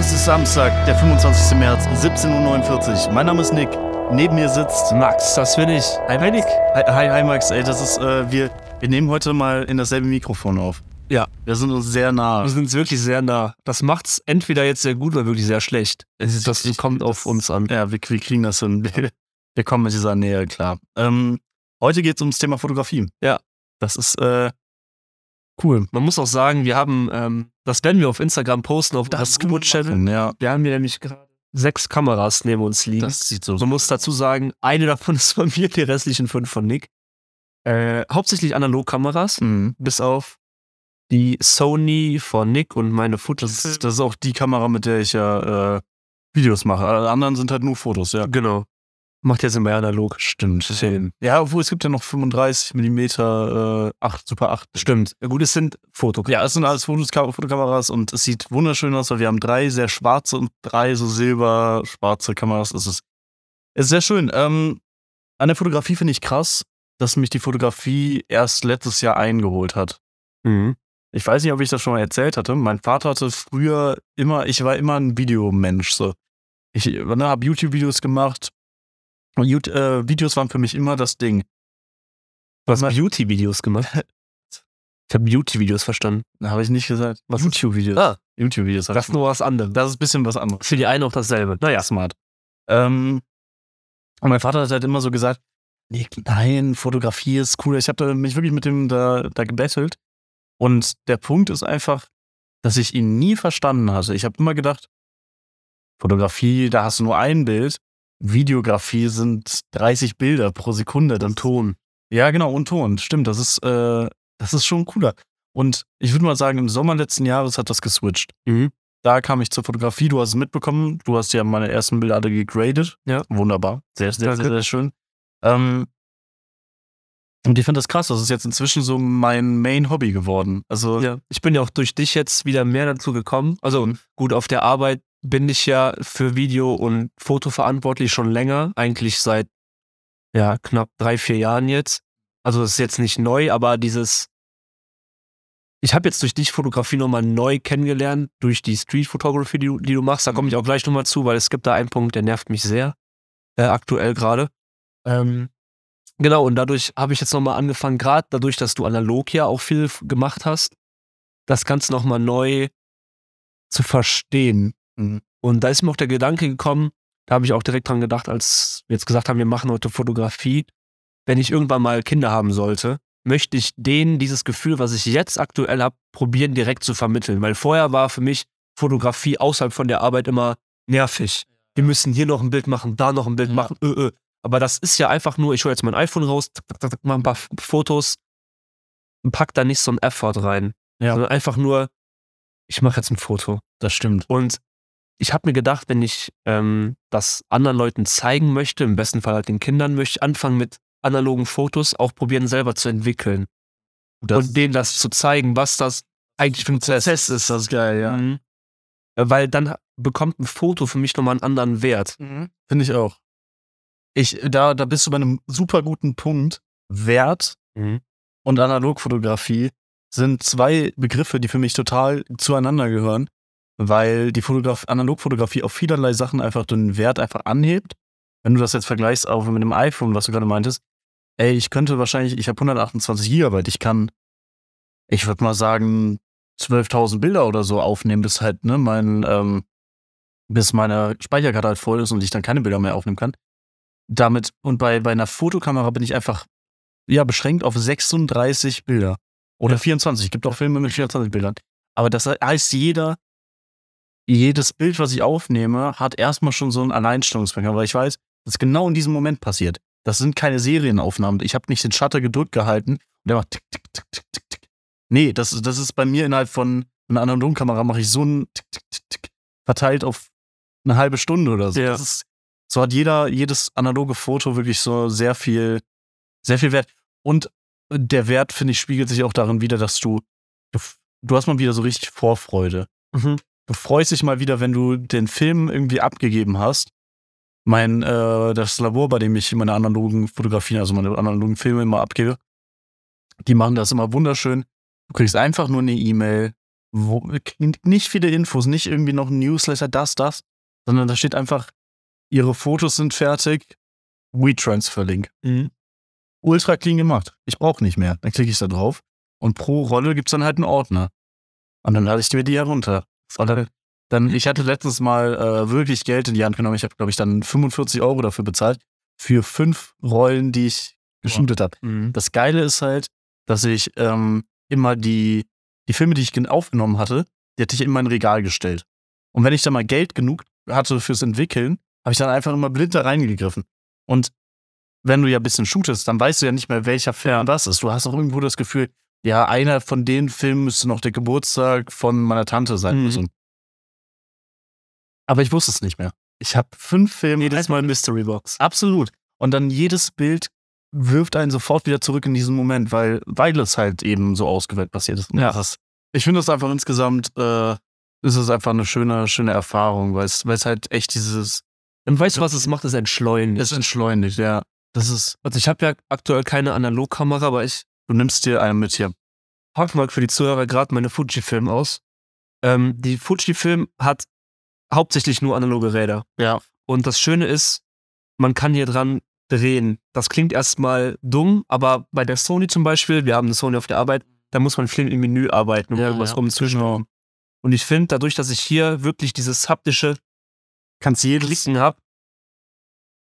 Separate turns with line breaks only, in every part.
Samstag, der 25. März, 17.49 Uhr. Mein Name ist Nick. Neben mir sitzt.
Max, das bin ich.
Hi, Nick. Hi, hi, hi Max. Ey, das ist. Äh, wir, wir nehmen heute mal in dasselbe Mikrofon auf.
Ja,
Wir sind uns sehr nah.
wir sind wirklich sehr nah. Das macht's entweder jetzt sehr gut oder wirklich sehr schlecht.
Es ist
Das
wirklich-
kommt auf
das-
uns an.
Ja, wir, wir kriegen das hin. Wir, wir kommen mit dieser Nähe klar. Ähm, heute geht es ums Thema Fotografie.
Ja.
Das ist. Äh, cool.
Man muss auch sagen, wir haben, ähm, das werden wir auf Instagram posten, auf
Das
unserem Channel.
Ja.
Wir haben hier nämlich gerade sechs Kameras neben uns liegen.
Das sieht so.
Man muss dazu sagen, eine davon ist von mir, die restlichen fünf von Nick. Äh, hauptsächlich Analogkameras,
Mhm.
bis auf die Sony von Nick und meine
Das
Footless.
ist, das ist auch die Kamera, mit der ich ja äh, Videos mache. Alle anderen sind halt nur Fotos, ja.
Genau. Macht jetzt immer analog.
Stimmt.
Film.
Ähm, Ja, obwohl es gibt ja noch 35 mm äh, 8, Super 8.
Stimmt. Ja, gut, es sind Fotokameras.
Ja, es sind alles Fotos, Fotokameras und es sieht wunderschön aus, weil wir haben drei sehr schwarze und drei so silber-schwarze Kameras. Es ist, es ist sehr schön. Ähm, an der Fotografie finde ich krass, dass mich die Fotografie erst letztes Jahr eingeholt hat.
Mhm.
Ich weiß nicht, ob ich das schon mal erzählt hatte. Mein Vater hatte früher immer, ich war immer ein Videomensch. So. Ich ne, habe YouTube-Videos gemacht. Und Jut- äh, Videos waren für mich immer das Ding.
Du hast
Immer-
Beauty-Videos gemacht. Ich habe Beauty-Videos verstanden.
Habe ich nicht gesagt.
Was ist-
YouTube-Videos.
Ah.
YouTube-Videos.
Das ist nur was anderes.
das ist ein bisschen was anderes.
Für die einen auch dasselbe. Naja.
smart. Ähm, und mein Vater hat halt immer so gesagt, nee, nein, Fotografie ist cool. Ich habe mich wirklich mit dem da, da gebettelt. Und der Punkt ist einfach, dass ich ihn nie verstanden hatte. Ich habe immer gedacht, Fotografie, da hast du nur ein Bild. Videografie sind 30 Bilder pro Sekunde. Dann
Und Ton.
ja, genau, und Ton. Stimmt, das ist, äh, das ist schon cooler. Und ich würde mal sagen, im Sommer letzten Jahres hat das geswitcht.
Mhm.
Da kam ich zur Fotografie, du hast es mitbekommen, du hast ja meine ersten Bilder alle gegradet.
Ja.
Wunderbar. Sehr, sehr,
Danke.
sehr, sehr schön. Ähm, und ich finde das krass, das ist jetzt inzwischen so mein Main-Hobby geworden. Also,
Ja. Ich bin ja auch durch dich jetzt wieder mehr dazu gekommen. Also gut, auf der Arbeit bin ich ja für Video und Foto verantwortlich schon länger. Eigentlich seit ja, knapp drei, vier Jahren jetzt. Also das ist jetzt nicht neu, aber dieses... Ich habe jetzt durch dich Fotografie nochmal neu kennengelernt, durch die Street Photography, die du, die du machst. Da komme ich auch gleich nochmal zu, weil es gibt da einen Punkt, der nervt mich sehr. äh, aktuell gerade. Ähm, genau, und dadurch habe ich jetzt nochmal angefangen, gerade dadurch, dass du analog ja auch viel f- gemacht hast, das Ganze nochmal neu zu verstehen.
Mhm.
Und da ist mir auch der Gedanke gekommen, da habe ich auch direkt dran gedacht, als wir jetzt gesagt haben, wir machen heute Fotografie. Wenn ich irgendwann mal Kinder haben sollte, möchte ich denen dieses Gefühl, was ich jetzt aktuell habe, probieren direkt zu vermitteln. Weil vorher war für mich Fotografie außerhalb von der Arbeit immer nervig. Wir müssen hier noch ein Bild machen, da noch ein Bild
Ja.
machen. Ö, ö. Aber das ist ja einfach nur, ich hole jetzt mein iPhone raus, tak, tak, tak, tak, mach ein paar F- Fotos und pack da nicht so einen Effort rein.
Ja.
Sondern einfach nur, ich mache jetzt ein Foto.
das stimmt.
Und ich habe mir gedacht, wenn ich ähm, das anderen Leuten zeigen möchte, im besten Fall halt den Kindern, möchte ich anfangen mit analogen Fotos, auch probieren selber zu entwickeln
Das,
und denen das zu zeigen, was das eigentlich für ein Prozess
Prozess ist das geil, ja.
Mhm. Äh, Weil dann bekommt ein Foto für mich nochmal einen anderen Wert.
Finde ich auch. Ich, da, da bist du bei einem super guten Punkt. Wert
Mhm.
und Analogfotografie sind zwei Begriffe, die für mich total zueinander gehören, weil die Fotograf Analogfotografie auf vielerlei Sachen einfach den Wert einfach anhebt. Wenn du das jetzt vergleichst auch mit dem iPhone, was du gerade meintest, ey, ich könnte wahrscheinlich, ich habe 128 Gigabyte, ich kann, ich würde mal sagen, 12.000 Bilder oder so aufnehmen, bis halt, ne, mein, ähm, bis meine Speicherkarte halt voll ist und ich dann keine Bilder mehr aufnehmen kann. Damit, und bei, bei einer Fotokamera bin ich einfach ja, beschränkt auf 36 Bilder. Oder
Ja.
24. Es gibt auch Filme mit 24 Bildern. Aber das heißt, jeder, jedes Bild, was ich aufnehme, hat erstmal schon so einen Alleinstellungsmerkmal, weil ich weiß, das ist genau in diesem Moment passiert. Das sind keine Serienaufnahmen. Ich habe nicht den Shutter gedrückt gehalten und der macht tick, tick, tick, tick, tick, tick. Nee, das, das ist bei mir innerhalb von einer analogen Kamera mache ich so einen tick, tick, tick, tick, verteilt auf eine halbe Stunde oder so.
Ja.
Das ist, so hat jeder, jedes analoge Foto wirklich so sehr viel, sehr viel Wert. Und der Wert, finde ich, spiegelt sich auch darin wieder, dass du, du, du hast mal wieder so richtig Vorfreude
Mhm.
du freust dich mal wieder, wenn du den Film irgendwie abgegeben hast. Mein, äh, das Labor, bei dem ich meine analogen Fotografien, also meine analogen Filme immer abgebe, die machen das immer wunderschön. Du kriegst einfach nur eine E-Mail, wo, nicht viele Infos, nicht irgendwie noch ein Newsletter, das, das, sondern da steht einfach, ihre Fotos sind fertig, WeTransfer-Link.
Mhm.
Ultra clean gemacht. Ich brauche nicht mehr. Dann klicke ich da drauf und pro Rolle gibt es dann halt einen Ordner. Und dann lade ich mir die herunter. Und dann, dann, ich hatte letztens mal äh, wirklich Geld in die Hand genommen. Ich habe, glaube ich, dann 45 Euro dafür bezahlt. Für fünf Rollen, die ich geshootet habe.
Mhm.
Das Geile ist halt, dass ich ähm, immer die, die Filme, die ich gen- aufgenommen hatte, die hatte ich in mein Regal gestellt. Und wenn ich da mal Geld genug hatte fürs Entwickeln, habe ich dann einfach immer blind da reingegriffen. Und wenn du ja ein bisschen shootest, dann weißt du ja nicht mehr, welcher Film was ist. Du hast auch irgendwo das Gefühl, ja, einer von den Filmen müsste noch der Geburtstag von meiner Tante sein.
Mhm.
oder So. Aber ich wusste es nicht mehr. Ich habe fünf Filme.
Jedes Mal Mystery Box.
Absolut. Und dann jedes Bild wirft einen sofort wieder zurück in diesen Moment, weil, weil es halt eben so ausgewählt passiert ist. Und
Ja.
das ist- ich finde das einfach insgesamt, äh, ist es einfach eine schöne, schöne Erfahrung, weil es weil es halt echt dieses,
Und weißt du, was es macht? Es entschleunigt.
es entschleunigt, ja. Das ist,
Also ich habe ja aktuell keine Analogkamera, aber ich
du nimmst dir einen mit hier.
pack mal für die Zuhörer gerade meine Fujifilm aus. Ähm, die Fujifilm hat hauptsächlich nur analoge Räder.
Ja.
Und das Schöne ist, man kann hier dran drehen. Das klingt erstmal dumm, aber bei der Sony zum Beispiel, wir haben eine Sony auf der Arbeit, da muss man viel im Menü arbeiten, um
Ja,
irgendwas
ja. genau.
rumzwischen. Und ich finde, dadurch, dass ich hier wirklich dieses haptische
Kannst jedes,
Klicken habe,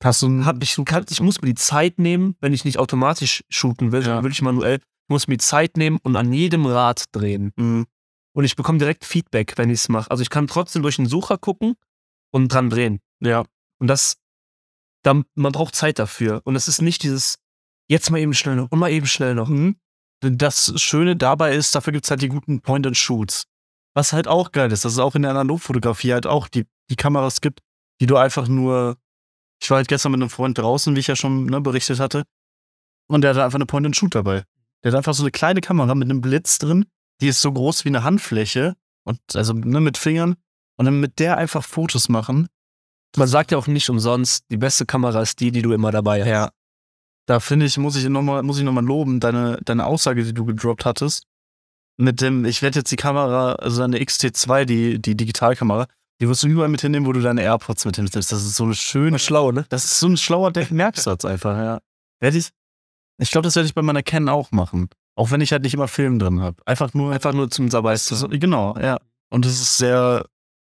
hast du ein,
hab ich, kann, ich muss mir die Zeit nehmen, wenn ich nicht automatisch shooten will,
Ja.
sondern wirklich manuell, ich muss mir die Zeit nehmen und an jedem Rad drehen.
Mhm.
Und ich bekomme direkt Feedback, wenn ich es mache. Also ich kann trotzdem durch den Sucher gucken und dran drehen.
ja.
Und das, dann, man braucht Zeit dafür. Und es ist nicht dieses, jetzt mal eben schnell noch und mal eben schnell noch.
Mhm. Das Schöne dabei ist, dafür gibt es halt die guten Point-and-Shoots. Was halt auch geil ist, dass es auch in der Analogfotografie halt auch die, die Kameras gibt, die du einfach nur. Ich war halt gestern mit einem Freund draußen, wie ich ja schon ne, berichtet hatte. Und der hatte einfach eine Point-and-Shoot dabei. Der hat einfach so eine kleine Kamera mit einem Blitz drin, die ist so groß wie eine Handfläche. Und also ne, mit Fingern. Und dann mit der einfach Fotos machen.
Man sagt ja auch nicht umsonst, die beste Kamera ist die, die du immer dabei hast.
Ja. Da finde ich, muss ich nochmal, muss ich noch mal loben, deine, deine Aussage, die du gedroppt hattest. Mit dem, ich werde jetzt die Kamera, also deine XT2, die, die Digitalkamera, die wirst du überall mit hinnehmen, wo du deine AirPods mit hinnimmst. Das ist so eine schöne,
Schlau, ne?
das ist so ein schlauer De- Merksatz einfach, ja. Werd ich, ich glaube, das werde ich bei meiner Canon auch machen. Auch wenn ich halt nicht immer Film drin habe. Einfach nur,
Einfach nur
das
zum
ist-
Zerbeißen.
genau, ja. Und es ist sehr,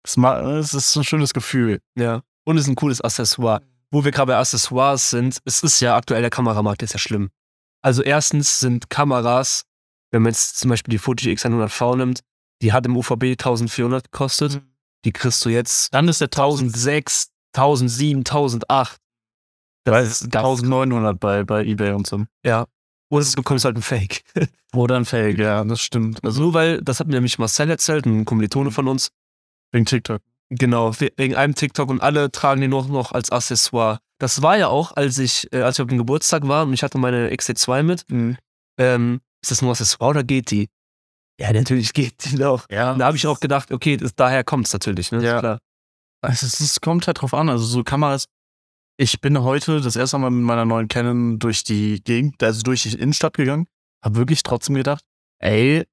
es ma- es ist ein schönes Gefühl.
Ja. Und es ist ein cooles Accessoire. Wo wir gerade bei Accessoires sind, es ist ja aktuell der Kameramarkt, ist ja schlimm. Also erstens sind Kameras, wenn man jetzt zum Beispiel die Fuji X100V nimmt, die hat im UVB 1400 gekostet. Die kriegst du
Mhm.
jetzt
Dann ist der 1000,
1006, 1007, 1008.
das
das-
1900 bei, bei eBay und so.
Oder du bekommst halt einen Fake.
Oder ein Fake, ja, das stimmt.
Also nur weil, das hat mir nämlich Marcel erzählt, ein Kommilitone von uns.
Wegen TikTok.
Genau, we- wegen einem TikTok und alle tragen den noch, noch als Accessoire. Das war ja auch, als ich, äh, als wir auf dem Geburtstag waren und ich hatte meine XT2 mit. Ähm, ist das nur Accessoire oder geht die? Ja, natürlich geht die noch.
Ja.
Und da habe ich auch gedacht, okay, das, daher kommt es natürlich, ne?
Ah. Ja.
Klar.
Also, es, es kommt halt drauf an. Also, so Kameras. Ich bin heute das erste Mal mit meiner neuen Canon durch die Gegend, also durch die Innenstadt gegangen. Hab wirklich trotzdem gedacht, ey,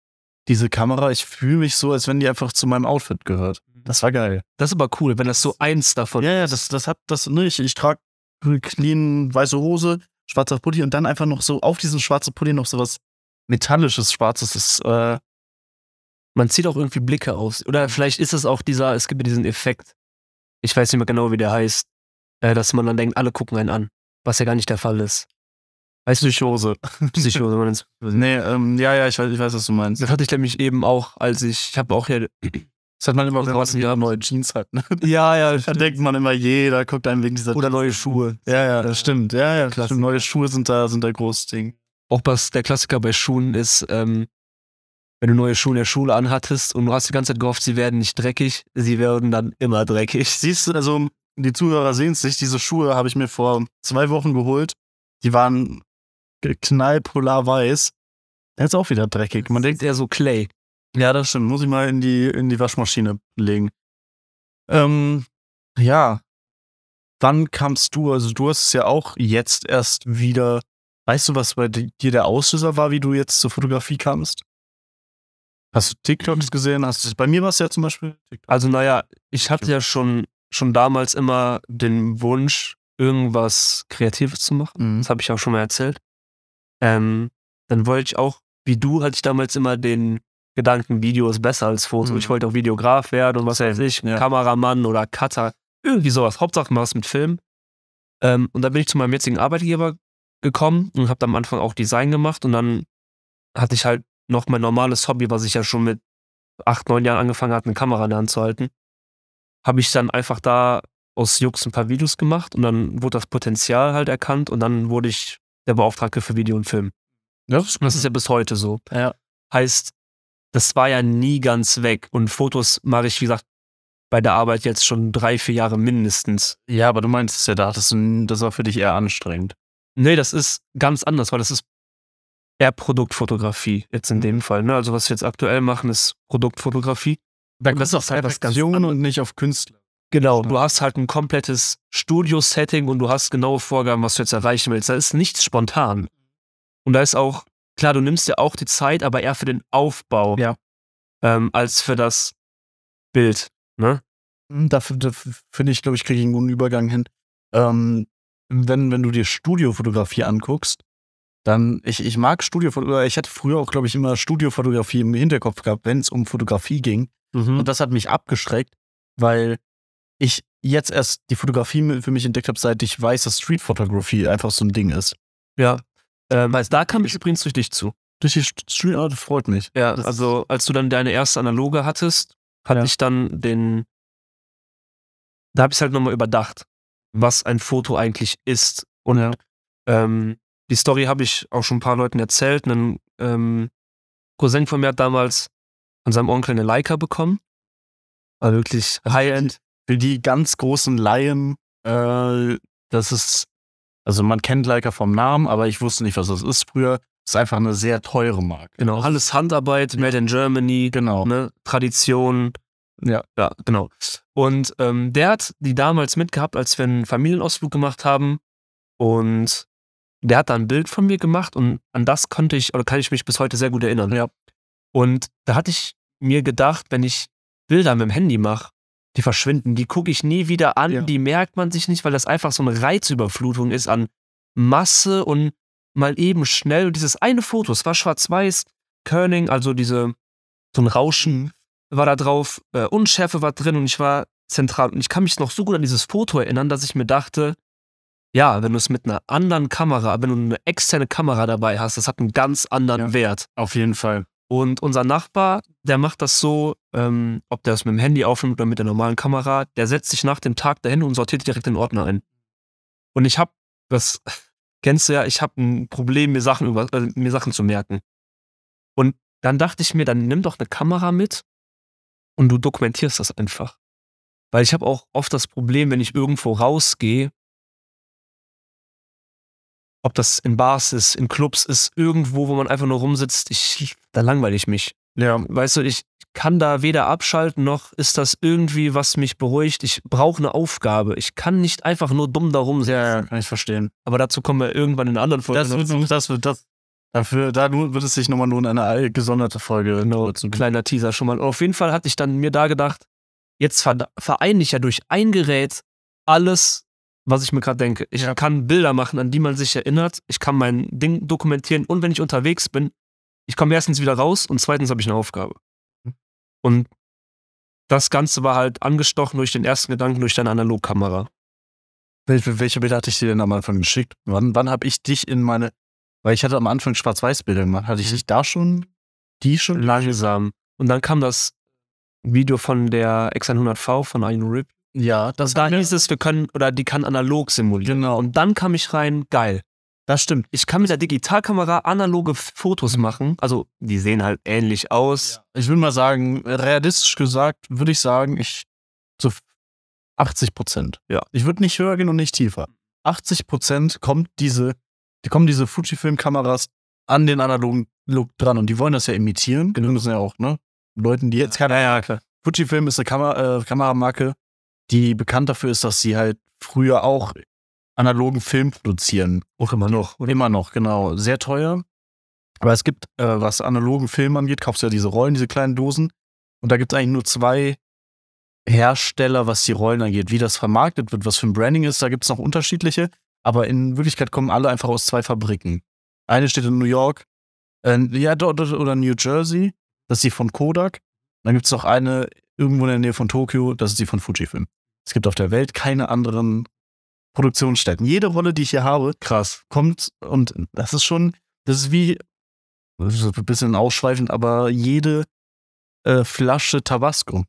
diese Kamera, ich fühle mich so, als wenn die einfach zu meinem Outfit gehört.
Mhm.
Das war geil.
Das ist aber cool, wenn das so eins davon
ja, ja, das, das hat das nicht. Ich trage clean weiße Hose, schwarzer Pulli und dann einfach noch so auf diesen schwarzen Pulli noch so was metallisches, schwarzes. Das ist, äh,
Man zieht auch irgendwie Blicke aus. Oder vielleicht ist es auch dieser, es gibt ja diesen Effekt. Ich weiß nicht mehr genau, wie der heißt. Äh, dass man dann denkt, alle gucken einen an. Was ja gar nicht der Fall ist. Weißt du,
Psychose.
Psycho, wenn man ins-
Nee, ähm, ja, ja, ich weiß, ich weiß, was du meinst.
Das hatte ich nämlich eben auch, als ich, ich habe auch hier.
Das hat man immer,
Und
wenn man
draußen
wieder
gehabt.
neue Jeans hat. Ne?
Ja, ja,
Da denkt man immer, jeder guckt einem wegen dieser.
Oder neue Schuhe.
ja, ja, das stimmt. Ja, ja,
Klassiker.
das stimmt. Neue Schuhe sind da, sind da großes Ding.
Auch was der Klassiker bei Schuhen ist, ähm, wenn du neue Schuhe in der Schule anhattest und du hast die ganze Zeit gehofft, sie werden nicht dreckig, sie werden dann immer dreckig.
Siehst du, also die Zuhörer sehen es nicht. Diese Schuhe habe ich mir vor zwei Wochen geholt. Die waren ge- knallpolar weiß. Jetzt auch wieder dreckig. Man denkt,
eher so Clay.
ja, das stimmt. Muss ich mal in die, in die Waschmaschine legen. Ähm, ja. Wann kamst du? Also, du hast es ja auch jetzt erst wieder. Weißt du, was bei di- dir der Auslöser war, wie du jetzt zur Fotografie kamst? Hast du TikToks gesehen? Hast du, bei mir war es ja zum Beispiel TikTok.
Also naja, ich hatte ja schon, schon damals immer den Wunsch, irgendwas Kreatives zu machen.
Mhm.
Das habe ich auch schon mal erzählt. Ähm, dann wollte ich auch, wie du, hatte ich damals immer den Gedanken, Video ist besser als Foto.
Mhm.
Ich wollte auch Videograf werden und was weiß ich,
ja.
Kameramann oder Cutter, irgendwie sowas. Hauptsache mach es mit Film. Ähm, und dann bin ich zu meinem jetzigen Arbeitgeber gekommen und habe am Anfang auch Design gemacht und dann hatte ich halt noch mein normales Hobby, was ich ja schon mit acht, neun Jahren angefangen hatte, eine Kamera in der Hand zu halten. Habe ich dann einfach da aus Jux ein paar Videos gemacht und dann wurde das Potenzial halt erkannt und dann wurde ich der Beauftragte für Video und Film.
Ja, das ist
Und das ist ja bis heute so.
Ja.
Heißt, das war ja nie ganz weg. Und Fotos mache ich, wie gesagt, bei der Arbeit jetzt schon drei, vier Jahre mindestens.
Ja, aber du meinst es ja, da hattest du, das war für dich eher anstrengend.
Nee, das ist ganz anders, weil das ist eher Produktfotografie jetzt
Mhm.
in dem Fall. Ne? Also was wir jetzt aktuell machen, ist Produktfotografie.
Da
kommt auf Perfektion
und nicht auf Künstler.
Genau. Du hast halt ein komplettes Studio-Setting und du hast genaue Vorgaben, was du jetzt erreichen willst. Da ist nichts spontan. Und da ist auch, klar, du nimmst dir auch die Zeit, aber eher für den Aufbau
Ja.
ähm, als für das Bild.
Dafür, dafür finde ich, glaube ich, kriege ich einen guten Übergang hin. Ähm, wenn, wenn du dir Studiofotografie anguckst, dann, ich, ich mag Studiofotografie, ich hatte früher auch, glaube ich, immer Studiofotografie im Hinterkopf gehabt, wenn es um Fotografie ging.
Mhm.
Und das hat mich abgeschreckt, weil ich jetzt erst die Fotografie mi- für mich entdeckt habe, seit ich weiß, dass Streetfotografie einfach so ein Ding ist.
Ja. Ähm, weil da kam ich übrigens durch dich zu.
Durch die St- Street Art freut mich.
Ja,
Das-
also als du dann deine erste analoge hattest, hatte
Ja.
ich dann den. Da habe ich halt nochmal überdacht, was ein Foto eigentlich ist. Und
Ja.
ähm, die Story habe ich auch schon ein paar Leuten erzählt. Ein ähm, Cousin von mir hat damals von seinem Onkel eine Leica bekommen. War Ah, wirklich High-End.
Für die ganz großen Laien, äh, das ist, also man kennt Leica vom Namen, aber ich wusste nicht, was das ist früher. Das ist einfach eine sehr teure Marke.
Genau. Alles Handarbeit, Made in Germany,
Genau.
ne? Tradition.
Ja.
Ja, genau. Und ähm, der hat die damals mitgehabt, als wir einen Familienausflug gemacht haben. Und der hat da ein Bild von mir gemacht und an das konnte ich oder kann ich mich bis heute sehr gut erinnern.
Ja.
Und da hatte ich mir gedacht, wenn ich Bilder mit dem Handy mache, die verschwinden, die gucke ich nie wieder an,
Ja.
die merkt man sich nicht, weil das einfach so eine Reizüberflutung ist an Masse und mal eben schnell. Und dieses eine Foto, es war schwarz-weiß, Kerning, also diese, so ein Rauschen war da drauf, äh, Unschärfe war drin und ich war zentral. Und ich kann mich noch so gut an dieses Foto erinnern, dass ich mir dachte, ja, wenn du es mit einer anderen Kamera, wenn du eine externe Kamera dabei hast, das hat einen ganz anderen
Ja.
Wert.
Auf jeden Fall.
Und unser Nachbar, der macht das so, ähm, ob der es mit dem Handy aufnimmt oder mit der normalen Kamera, der setzt sich nach dem Tag dahin und sortiert direkt den Ordner ein. Und ich habe, das kennst du ja, ich habe ein Problem, mir Sachen, über, äh, mir Sachen zu merken. Und dann dachte ich mir, dann nimm doch eine Kamera mit und du dokumentierst das einfach. Weil ich habe auch oft das Problem, wenn ich irgendwo rausgehe, ob das in Bars ist, in Clubs ist, irgendwo, wo man einfach nur rumsitzt, ich, da langweile ich mich.
Ja.
Weißt du, ich kann da weder abschalten, noch ist das irgendwie, was mich beruhigt. Ich brauche eine Aufgabe. Ich kann nicht einfach nur dumm da rumsitzen.
Ja, kann ich verstehen.
Aber dazu kommen wir irgendwann in einer anderen Folge.
Das
noch.
wird, das wird, das, dafür, da nur- wird es sich nochmal nur in einer gesonderten Folge
Genau,
dazu-
kleiner Teaser schon mal. Auf jeden Fall hatte ich dann mir da gedacht, jetzt ver- vereine ich ja durch ein Gerät alles, was ich mir gerade denke. Ich
Ja.
kann Bilder machen, an die man sich erinnert. Ich kann mein Ding dokumentieren und wenn ich unterwegs bin, ich komme erstens wieder raus und zweitens habe ich eine Aufgabe. Und das Ganze war halt angestochen durch den ersten Gedanken, durch deine Analogkamera.
Welche, welche Bilder hatte ich dir denn am Anfang geschickt? Wann, wann habe ich dich in meine. Weil ich hatte am Anfang Schwarz-Weiß-Bilder gemacht. Hatte ich dich da schon? Die schon?
Langsam. Und dann kam das Video von der X100V von Aino Rip.
Ja, das
Da hieß es, wir können, oder die kann analog simulieren.
Ne? Genau.
Und dann kam ich rein, geil.
Das stimmt.
Ich kann mit der Digitalkamera analoge F- Fotos machen. Also, die sehen halt ähnlich aus.
Ich würde mal sagen, realistisch gesagt, würde ich sagen, ich zu 80 Prozent.
Ja.
Ich würde nicht höher gehen und nicht tiefer. 80 Prozent kommt diese, die kommen diese Fujifilm-Kameras an den analogen Look dran und die wollen das ja imitieren. Genau. Das sind ja auch, ne? Leuten, die jetzt keine.
Ja, ja, klar.
Fujifilm ist eine Kamera, äh, Kameramarke, die bekannt dafür ist, dass sie halt früher auch analogen Film produzieren.
Auch immer noch.
Und immer noch, genau. Sehr teuer. Aber es gibt, äh, was analogen Film angeht, kaufst du ja diese Rollen, diese kleinen Dosen. Und da gibt es eigentlich nur zwei Hersteller, was die Rollen angeht. Wie das vermarktet wird, was für ein Branding ist, da gibt es noch unterschiedliche. Aber in Wirklichkeit kommen alle einfach aus zwei Fabriken. Eine steht in New York, äh, ja, dort oder New Jersey. Das ist die von Kodak. Dann gibt es noch eine irgendwo in der Nähe von Tokio. Das ist die von Fujifilm. Es gibt auf der Welt keine anderen Produktionsstätten. Jede Rolle, die ich hier habe, krass, kommt und das ist schon, das ist wie, das ist ein bisschen ausschweifend, aber jede äh, Flasche Tabasco,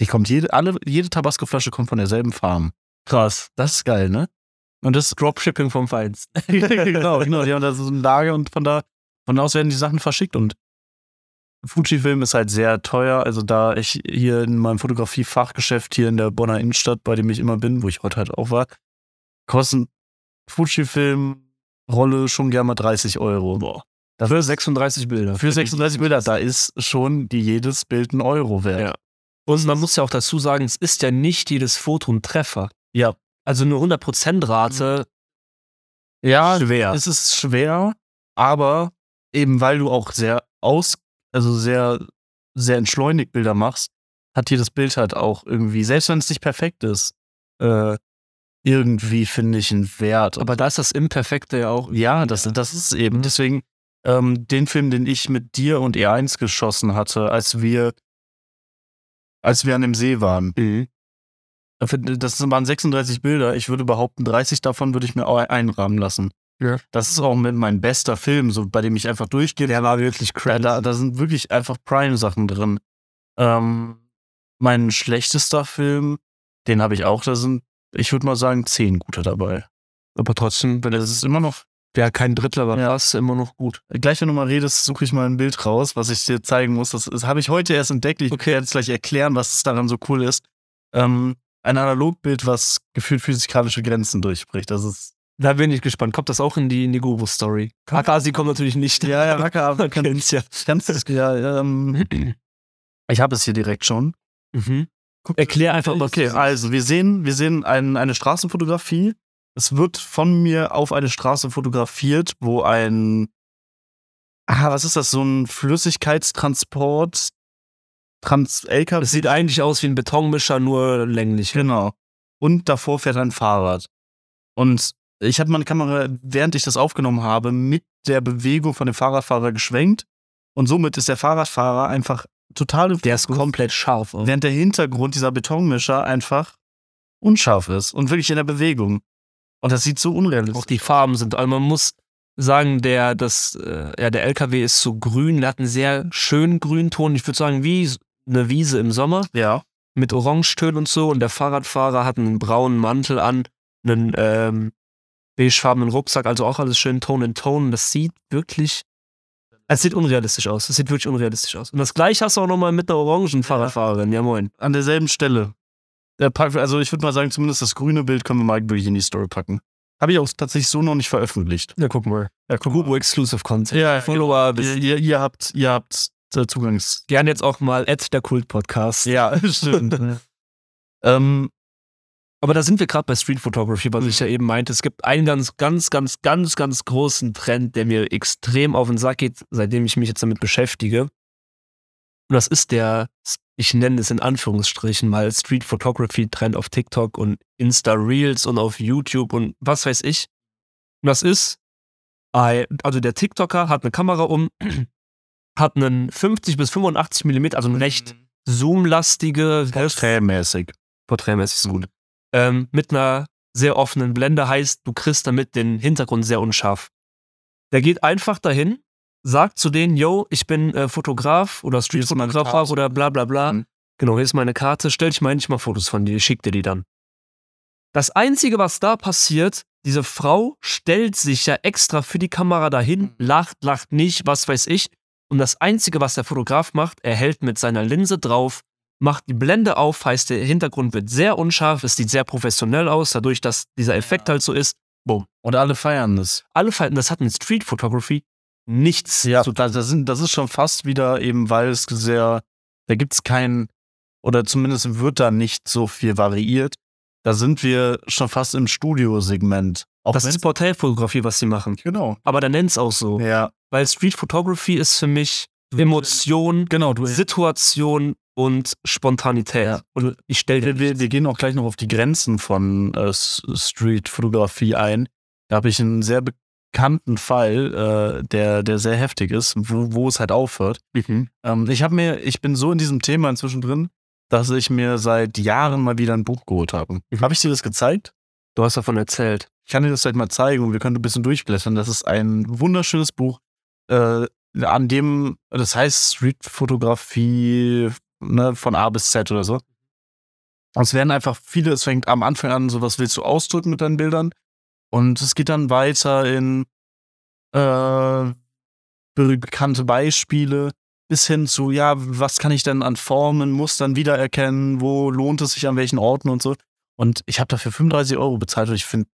die kommt jede, alle, jede Tabasco-Flasche kommt von derselben Farm. Krass, das ist geil, ne? Und das
Dropshipping vom Feinsten.
genau, genau, die haben da so ein Lager und von da, von da aus werden die Sachen verschickt und Fujifilm ist halt sehr teuer. Also da ich hier in meinem Fotografiefachgeschäft hier in der Bonner Innenstadt, bei dem ich immer bin, wo ich heute halt auch war, kosten Fujifilm Rolle schon gerne mal 30 Euro. Boah.
Für 36 Bilder.
Für 36 Bilder, da ist schon die jedes Bild ein Euro wert.
Ja. Und man muss ja auch dazu sagen, es ist ja nicht jedes Foto ein Treffer.
Ja.
Also eine 100% Rate
Ja,
schwer.
es ist schwer, aber eben weil du auch sehr aus, also sehr, sehr entschleunigt Bilder machst, hat hier das Bild halt auch irgendwie, selbst wenn es nicht perfekt ist, äh, irgendwie finde ich einen Wert.
Aber da ist das Imperfekte ja auch.
Ja, das, das ist eben. Deswegen, ähm, den Film, den ich mit dir und E1 geschossen hatte, als wir, als wir an dem See waren,
Mhm.
Äh, das waren 36 Bilder. Ich würde behaupten, 30 davon würde ich mir au- einrahmen lassen.
Ja.
Das ist auch mit mein bester Film, so bei dem ich einfach durchgehe. Der war wirklich crazy. Da, da sind wirklich einfach Prime-Sachen drin. Ähm, mein schlechtester Film, den habe ich auch. Da sind, ich würde mal sagen, 10 gute dabei.
Aber trotzdem, wenn
Das
es
ist immer noch
ja kein Drittel, aber
Ja.
fast immer noch gut.
Gleich, wenn du mal redest, suche ich mal ein Bild raus, was ich dir zeigen muss. Das, das habe ich heute erst entdeckt. Ich okay. werde jetzt gleich erklären, was es daran so cool ist. Ähm, ein Analogbild, was gefühlt physikalische Grenzen durchbricht. Das ist.
Da bin ich gespannt. Kommt das auch in die Negobo-Story? Akasi kommt natürlich nicht.
Ja, ja, Racker,
Man
kann-
kennt's ja.
kannst du- ja, ähm, ich habe es hier direkt schon.
Mhm. Erklär einfach, was
Okay,
das ist.
also wir sehen, wir sehen ein, eine Straßenfotografie. Es wird von mir auf eine Straße fotografiert, wo ein. Ah, was ist das? So ein Flüssigkeitstransport. Trans LKW.
Es sieht eigentlich aus wie ein Betonmischer, nur länglich.
Genau. Und davor fährt ein Fahrrad. Und ich habe meine Kamera, während ich das aufgenommen habe, mit der Bewegung von dem Fahrradfahrer geschwenkt. Und somit ist der Fahrradfahrer einfach total.
Der ist komplett scharf.
Während der Hintergrund dieser Betonmischer einfach unscharf ist und wirklich in der Bewegung. Und das sieht so
Auch
unrealistisch
die Farben sind. Also man muss sagen, der, das, äh, ja, der LKW ist so grün. Der hat einen sehr schönen Grünton. Ich würde sagen, wie s- eine Wiese im Sommer
aus. Ja.
mit Orangetönen und so. Und der Fahrradfahrer hat einen braunen Mantel an, einen ähm, beigefarbenen Rucksack. Also auch alles schön Ton in Ton. Das sieht wirklich. Es sieht unrealistisch aus. Es sieht wirklich unrealistisch aus. Und das gleiche hast du auch nochmal mit einer orangen Fahrradfahrerin. Ja, moin.
An derselben Stelle. Der Park, also ich würde mal sagen, zumindest das grüne Bild können wir mal wirklich in die Story packen. Habe ich auch tatsächlich so noch nicht veröffentlicht.
Ja, guck mal. genau.
Ja,
Kubo Exclusive Content.
Ja,
Follower bis
Ihr, ihr, ihr habt, ihr habt äh, Zugangs.
gern jetzt auch mal at der Kult Podcast.
Ja, stimmt. ähm,
Aber da sind wir gerade bei Street Photography, was ich ja eben meinte. Es gibt einen ganz, ganz, ganz, ganz, ganz großen Trend, der mir extrem auf den Sack geht, seitdem ich mich jetzt damit beschäftige. Und das ist der, ich nenne es in Anführungsstrichen mal Street Photography Trend auf TikTok und Insta Reels und auf YouTube und was weiß ich. Und das ist, ein- also der TikToker hat eine Kamera um, hat einen 50 bis 85 Millimeter, also eine recht zoomlastige,
Porträtmäßig.
porträtmäßig ist gut. Ähm, mit einer sehr offenen Blende heißt, du kriegst damit den Hintergrund sehr unscharf. Der geht einfach dahin, sagt zu denen, yo, ich bin äh, Fotograf oder
ist meine
Streetfotograf
Karte.
oder bla bla bla.
Mhm.
Genau, hier ist meine Karte, stell dich mal hin, ich mach Fotos von dir, ich schick dir die dann. Das Einzige, was da passiert, diese Frau stellt sich ja extra für die Kamera
Mhm.
dahin, lacht, lacht nicht, was weiß ich. Und das Einzige, was der Fotograf macht, er hält mit seiner Linse drauf, macht die Blende auf, heißt der Hintergrund wird sehr unscharf, es sieht sehr professionell aus, dadurch, dass dieser Effekt halt so ist.
Und alle feiern es.
Alle Falten, das hat mit Street Photography nichts
Ja,
zu tun.
das, das, sind, das ist schon fast wieder eben, weil es sehr, da gibt es keinen, oder zumindest wird da nicht so viel variiert. Da sind wir schon fast im Studiosegment Auch
das
wenn-
ist Porträtfotografie, was sie machen.
Genau.
Aber dann nenn's auch so.
Ja.
Weil Street Photography ist für mich Emotion,
Genau, du,
Situation und Spontanität.
Ja.
Und ich stelle
wir,
dir
wir, wir gehen auch gleich noch auf die Grenzen von äh, S- Street-Fotografie ein. Da habe ich einen sehr bekannten Fall, äh, der, der sehr heftig ist, wo, wo es halt aufhört. Ähm, ich habe mir, ich bin so in diesem Thema inzwischen drin, dass ich mir seit Jahren mal wieder ein Buch geholt habe.
Mhm.
Habe ich dir das gezeigt?
Du hast davon erzählt.
Ich kann dir das vielleicht mal zeigen und wir können ein bisschen durchblättern. Das ist ein wunderschönes Buch, äh, an dem, das heißt Streetfotografie ne, von A bis Z oder so. Und es werden einfach viele, es fängt am Anfang an, so was willst du ausdrücken mit deinen Bildern? Und es geht dann weiter in äh, bekannte Beispiele bis hin zu, ja, was kann ich denn an Formen, Mustern wiedererkennen, wo lohnt es sich an welchen Orten und so. Und ich habe dafür 35 Euro bezahlt und ich finde,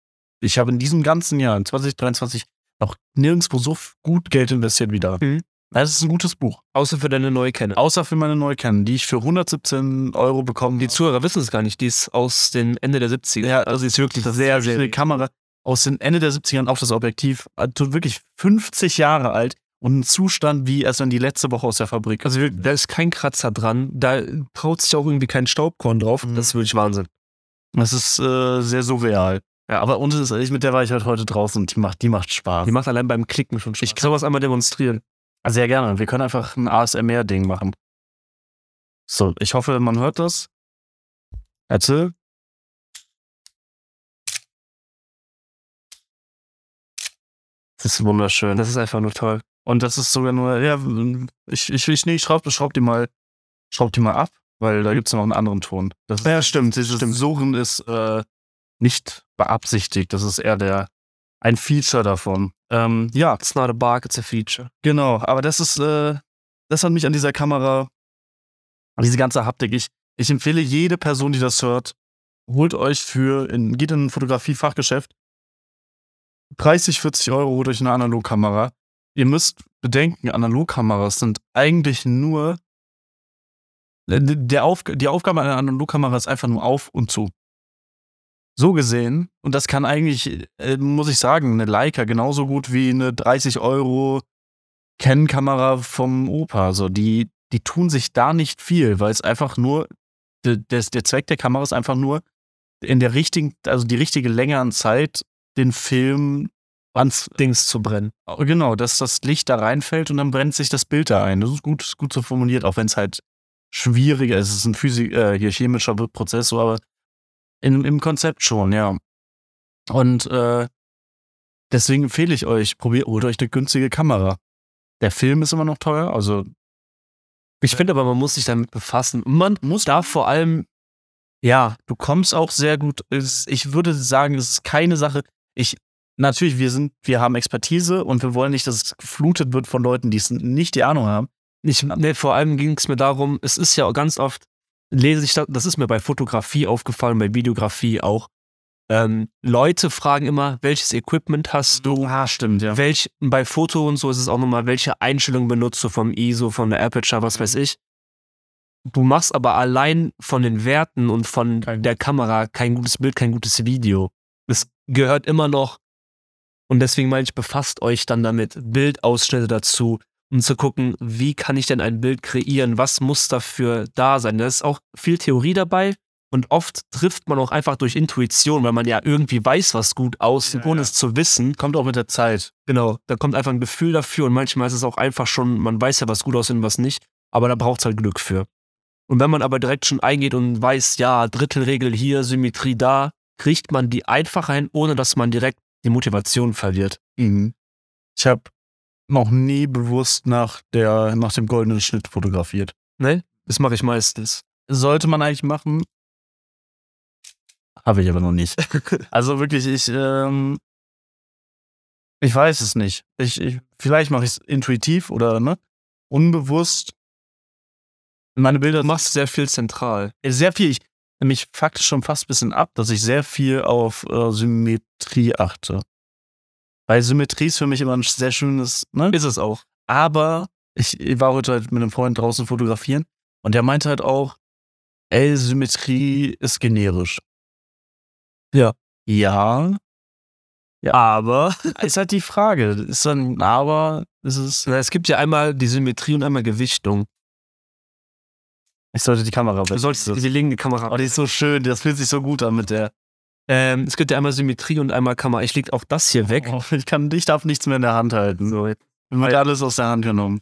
ich habe in diesem ganzen Jahr, in 2023, noch nirgendwo so f- gut Geld investiert wieder.
Mhm.
Das ist ein gutes Buch.
Außer für deine neue Kenne.
Außer für meine Neukennen, die ich für 117 Euro bekommen
Die Zuhörer wissen es gar nicht. Die ist aus dem Ende der 70er.
Ja,
also die ist wirklich
Das
sehr,
ist wirklich
sehr.
eine Kamera aus den Ende der 70ern auf das Objektiv, also wirklich 50 Jahre alt und ein Zustand wie erst in die letzte Woche aus der Fabrik.
Also wir- da ist kein Kratzer dran. Da traut sich auch irgendwie kein Staubkorn drauf.
Mhm.
Das ist wirklich Wahnsinn.
Das ist äh, sehr surreal.
Ja.
aber uns ist ehrlich, mit der war ich halt heute draußen und die macht, die macht Spaß.
Die macht allein beim Klicken schon Spaß. Ich kann sowas einmal demonstrieren.
Also sehr gerne. Wir können einfach ein ASMR-Ding machen. So, ich hoffe, man hört das. Erzähl. Das ist wunderschön.
Das ist einfach nur toll.
Und das ist sogar nur, ja, ich, ich, ich, nee, ich schraub, schraub die mal, schraub die mal ab, weil da gibt es noch einen anderen Ton. Das ja, stimmt, das stimmt. Suchen ist äh, nicht beabsichtigt. Das ist eher der, ein Feature davon. Ähm, ja,
It's not a bug, it's a feature.
genau. Aber das ist, äh, das hat mich an dieser Kamera, an diese ganze Haptik. Ich, ich empfehle jede Person, die das hört, holt euch für, in, geht in ein Fotografie-Fachgeschäft, 30, 40 Euro holt euch eine Analogkamera ihr müsst bedenken, Analogkameras sind eigentlich nur. Der Auf, die Aufgabe einer Analogkamera ist einfach nur auf und zu. So gesehen, und das kann eigentlich, äh, muss ich sagen, eine Leica genauso gut wie eine 30 Euro Canon-Kamera vom Opa. So, die, die tun sich da nicht viel, weil es einfach nur, der, der, der Zweck der Kamera ist einfach nur, in der richtigen, also die richtige Länge an Zeit, den Film ans,
Dings zu brennen.
Oh, Genau, dass das Licht da reinfällt und dann brennt sich das Bild da ein. Das ist gut, ist gut so formuliert, auch wenn es halt schwieriger ist. Es ist ein Physik, äh, hier chemischer Prozess, so, aber in, im Konzept schon, ja. Und äh, deswegen empfehle ich euch, probiert, holt euch eine günstige Kamera. Der Film ist immer noch teuer, also
Ich finde aber, man muss sich damit befassen. Man
muss
darf vor allem, ja,
du kommst auch sehr gut. Es- Ich würde sagen, es ist keine Sache. Ich natürlich, wir sind, wir haben Expertise und wir wollen nicht, dass es geflutet wird von Leuten, die es nicht die Ahnung haben.
ich, nee, vor allem ging es mir darum, es ist ja ganz oft, lese ich das, das ist mir bei Fotografie aufgefallen, bei Videografie auch. Ähm, Leute fragen immer, welches Equipment hast du?
Ah, stimmt, ja.
Welch, bei Foto und so ist es auch nochmal, welche Einstellung benutzt du vom ISO, von der Aperture, was weiß ich. Du machst aber allein von den Werten und von
Kein
der Kamera kein gutes Bild, kein gutes Video. Es gehört immer noch, und deswegen meine ich, befasst euch dann damit, Bildausschnitte dazu, um zu gucken, wie kann ich denn ein Bild kreieren, was muss dafür da sein. Da ist auch viel Theorie dabei und oft trifft man auch einfach durch Intuition, weil man ja irgendwie weiß, was gut aussieht,
Ja,
ohne
ja.
es zu wissen.
Kommt auch mit der Zeit.
Genau, da kommt einfach ein Gefühl dafür und manchmal ist es auch einfach schon, man weiß ja, was gut aussieht und was nicht, aber da braucht es halt Glück für. Und wenn man aber direkt schon eingeht und weiß, ja, Drittelregel hier, Symmetrie da, kriegt man die einfach ein, ohne dass man direkt die Motivation verliert.
Ich habe noch nie bewusst nach, der, nach dem goldenen Schnitt fotografiert.
Das mache ich meistens.
Sollte man eigentlich machen. Habe ich aber noch nicht. Also wirklich, ich, ähm, ich weiß es nicht. Ich, ich, vielleicht mache ich es intuitiv oder ne, unbewusst. Meine Bilder
Du machst sehr viel zentral.
sehr viel. Ich mich faktisch schon fast ein bisschen ab, dass ich sehr viel auf äh, Symmetrie achte. Weil Symmetrie ist für mich immer ein sehr schönes, ne?
Ist es auch.
Aber ich war heute halt mit einem Freund draußen fotografieren und der meinte halt auch, ey, Symmetrie ist generisch.
Ja.
Ja. Ja.
Aber
Ist halt die Frage. Ist dann, aber ist es.
na, es gibt ja einmal die Symmetrie und einmal Gewichtung.
Ich sollte die Kamera
Du solltest, wir legen die Kamera
Oh, die ist so schön, das fühlt sich so gut an mit der.
Ähm, es gibt ja einmal Symmetrie und einmal Kamera. Ich leg auch das hier weg.
Oh, ich kann, ich darf nichts mehr in der Hand halten.
So, jetzt.
Mir wird alles aus der Hand genommen.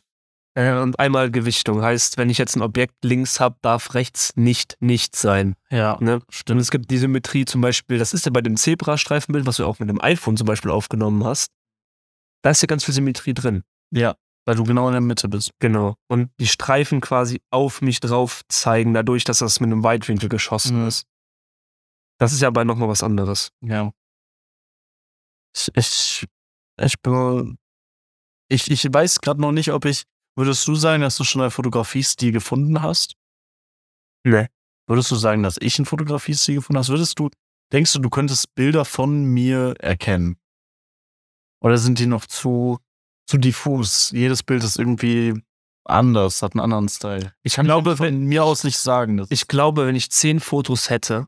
Äh, und einmal Gewichtung. Heißt, wenn ich jetzt ein Objekt links habe, darf rechts nicht nichts sein.
Ja.
Ne? Stimmt. Und es gibt die Symmetrie zum Beispiel, das ist ja bei dem Zebrastreifenbild, was du auch mit dem iPhone zum Beispiel aufgenommen hast. Da ist ja ganz viel Symmetrie drin.
Ja. Weil du genau in der Mitte bist.
Genau. Und die Streifen quasi auf mich drauf zeigen, dadurch, dass das mit einem Weitwinkel geschossen
Mhm.
ist. Das ist ja aber nochmal was anderes.
Ja. Ich, ich, ich bin. Ich, ich weiß gerade noch nicht, ob ich. Würdest du sagen, dass du schon einen Fotografiestil gefunden hast?
Nee.
Würdest du sagen, dass ich einen Fotografiestil gefunden hast? Würdest du. Denkst du, du könntest Bilder von mir erkennen? Oder sind die noch zu, zu diffus? Jedes Bild ist irgendwie anders, hat einen anderen Style.
Ich
Ich glaube, von mir aus nicht sagen. Das
Ich glaube, wenn ich zehn Fotos hätte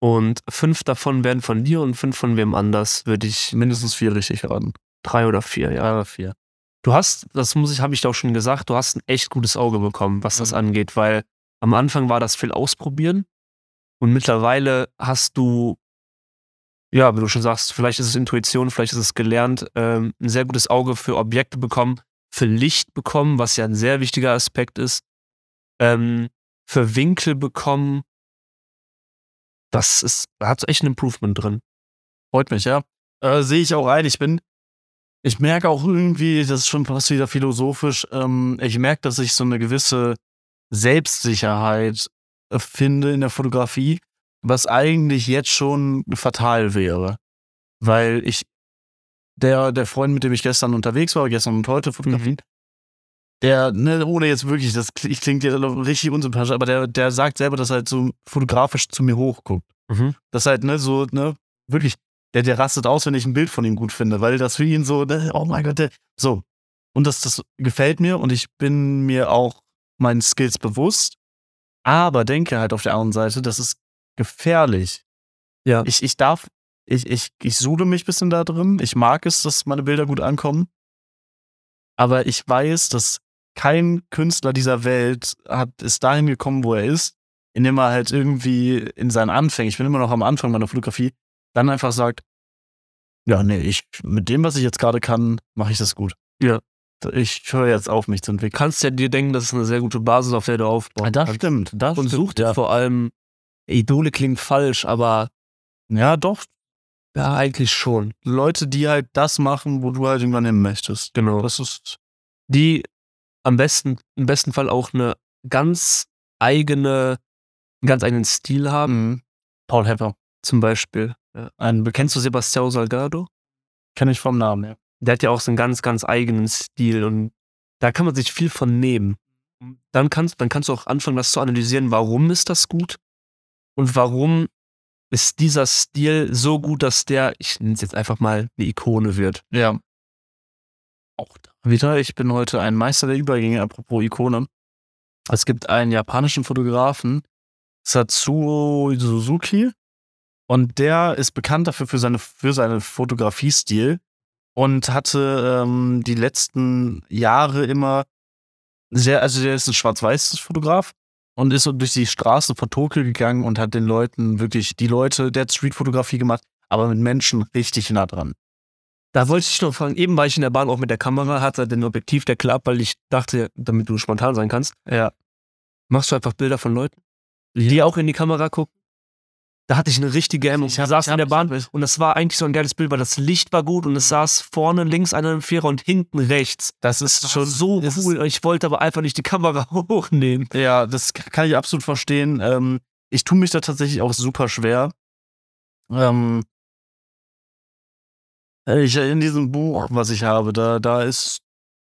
und fünf davon wären von dir und fünf von wem anders, würde ich
mindestens vier richtig raten.
drei oder vier, ja.
Ja, vier.
Du hast, das muss ich, habe ich dir auch schon gesagt, du hast ein echt gutes Auge bekommen, was das angeht, weil am Anfang war das viel ausprobieren und mittlerweile hast du, ja, wie du schon sagst, vielleicht ist es Intuition, vielleicht ist es gelernt, ähm, ein sehr gutes Auge für Objekte bekommen, für Licht bekommen, was ja ein sehr wichtiger Aspekt ist, ähm, für Winkel bekommen. Das ist, da hat echt ein Improvement drin.
Freut mich, ja. Äh, Sehe ich auch ein. Ich bin, ich merke auch irgendwie, das ist schon fast wieder philosophisch, ähm, ich merke, dass ich so eine gewisse Selbstsicherheit äh, finde in der Fotografie, was eigentlich jetzt schon fatal wäre. Weil ich, der, der Freund, mit dem ich gestern unterwegs war, gestern und heute fotografieren, der, ne, ohne jetzt wirklich, das klingt, ich klingt jetzt richtig unsympathisch, aber der, der sagt selber, dass er halt so fotografisch zu mir hochguckt.
Mhm.
Das halt, ne, so, ne, wirklich, der, der rastet aus, wenn ich ein Bild von ihm gut finde, weil das für ihn so, ne, oh mein Gott, der, so. Und das, das gefällt mir und ich bin mir auch meinen Skills bewusst, aber denke halt auf der anderen Seite, das ist gefährlich.
Ja.
Ich, ich darf, ich, ich, ich suhle mich ein bisschen da drin. Ich mag es, dass meine Bilder gut ankommen. Aber ich weiß, dass kein Künstler dieser Welt hat, ist dahin gekommen, wo er ist, indem er halt irgendwie in seinen Anfängen, ich bin immer noch am Anfang meiner Fotografie, dann einfach sagt, ja, nee, ich, mit dem, was ich jetzt gerade kann, mache ich das gut.
Ja.
Ich höre jetzt auf, mich zu entwickeln.
Kannst ja dir denken, das ist eine sehr gute Basis, auf der du aufbauen kannst.
stimmt, Ah, das
und
stimmt,
sucht
ja.
vor allem Idole klingt falsch, aber
Ja, doch,
ja, eigentlich schon.
Leute, die halt das machen, wo du halt irgendwann hin möchtest.
Genau.
Das ist,
Die am besten, im besten Fall auch eine ganz eigene, einen ganz eigenen Stil haben,
Mhm. Paul Hepper.
zum Beispiel.
Ein Bekannter
Kennst du Sebastião Salgado?
kenne ich vom Namen, ja.
Der hat ja auch so einen ganz, ganz eigenen Stil und da kann man sich viel von nehmen. Dann kannst, dann kannst du auch anfangen, das zu analysieren, warum ist das gut und warum ist dieser Stil so gut, dass der, ich nenne es jetzt einfach mal, eine Ikone wird.
Ja. Auch da wieder, ich bin heute ein Meister der Übergänge, apropos Ikone. Es gibt einen japanischen Fotografen, Satsuo Suzuki, und der ist bekannt dafür für seine, für seinen Fotografiestil und hatte ähm, die letzten Jahre immer sehr, also der ist ein schwarz-weißes Fotograf und ist so durch die Straßen von Tokio gegangen und hat den Leuten wirklich, die Leute, der hat Streetfotografie gemacht, aber mit Menschen richtig nah dran.
Da wollte ich noch fragen, eben war ich in der Bahn auch mit der Kamera, hatte den Objektivdeckel ab, weil ich dachte, damit du spontan sein kannst,
Ja.
machst du einfach Bilder von Leuten, die auch in die Kamera gucken. Da hatte ich eine richtige Hemmung. Ich
hab-
saß
ich hab- Mhm.
in der Bahn
ich hab-
und das war eigentlich so ein geiles Bild, weil das Licht war gut und es saß vorne links einer im Vierer und hinten rechts.
Das
Das
ist
war
schon
so
es ist-
cool. ich wollte aber einfach nicht die Kamera hochnehmen.
Ja, das k- kann ich absolut verstehen. Ähm, ich tue mich da tatsächlich auch super schwer. Ähm, äh, ich, in diesem Buch, was ich habe, da, da ist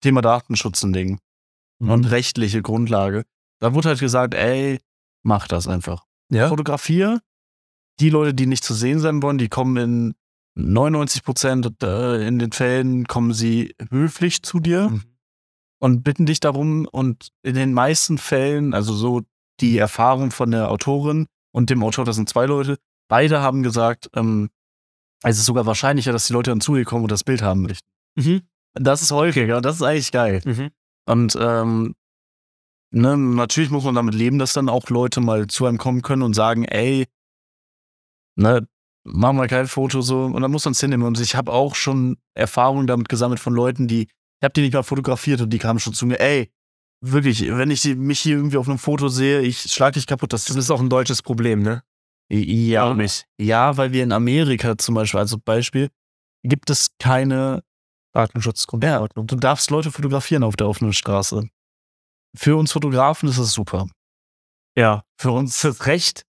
Thema Datenschutz ein Ding und rechtliche Grundlage. Da wurde halt gesagt, ey, mach das einfach.
Ja.
Fotografier, die Leute, die nicht zu sehen sein wollen, die kommen in 99 Prozent äh, in den Fällen kommen sie höflich zu dir
Mhm.
und bitten dich darum und in den meisten Fällen, also so die Erfahrung von der Autorin und dem Autor, das sind zwei Leute, beide haben gesagt, ähm, Es ist sogar wahrscheinlicher, dass die Leute dann zu dir kommen und das Bild haben möchten.
Mhm.
Das ist häufiger, das ist eigentlich geil.
Mhm.
Und ähm, ne, natürlich muss man damit leben, dass dann auch Leute mal zu einem kommen können und sagen, ey, ne, mach mal kein Foto so. Und dann muss man es hinnehmen. Und ich habe auch schon Erfahrungen damit gesammelt von Leuten, die, ich habe die nicht mal fotografiert und die kamen schon zu mir, ey, wirklich, wenn ich die- mich hier irgendwie auf einem Foto sehe, ich schlag dich kaputt. Das
Das ist auch ein deutsches Problem, ne?
ja,
Warum
nicht. Ja, weil wir in Amerika zum Beispiel, also Beispiel, gibt es keine Datenschutzgrundverordnung. Du darfst Leute fotografieren auf der offenen Straße. Für uns Fotografen ist es super.
Ja.
Für uns ist es Recht.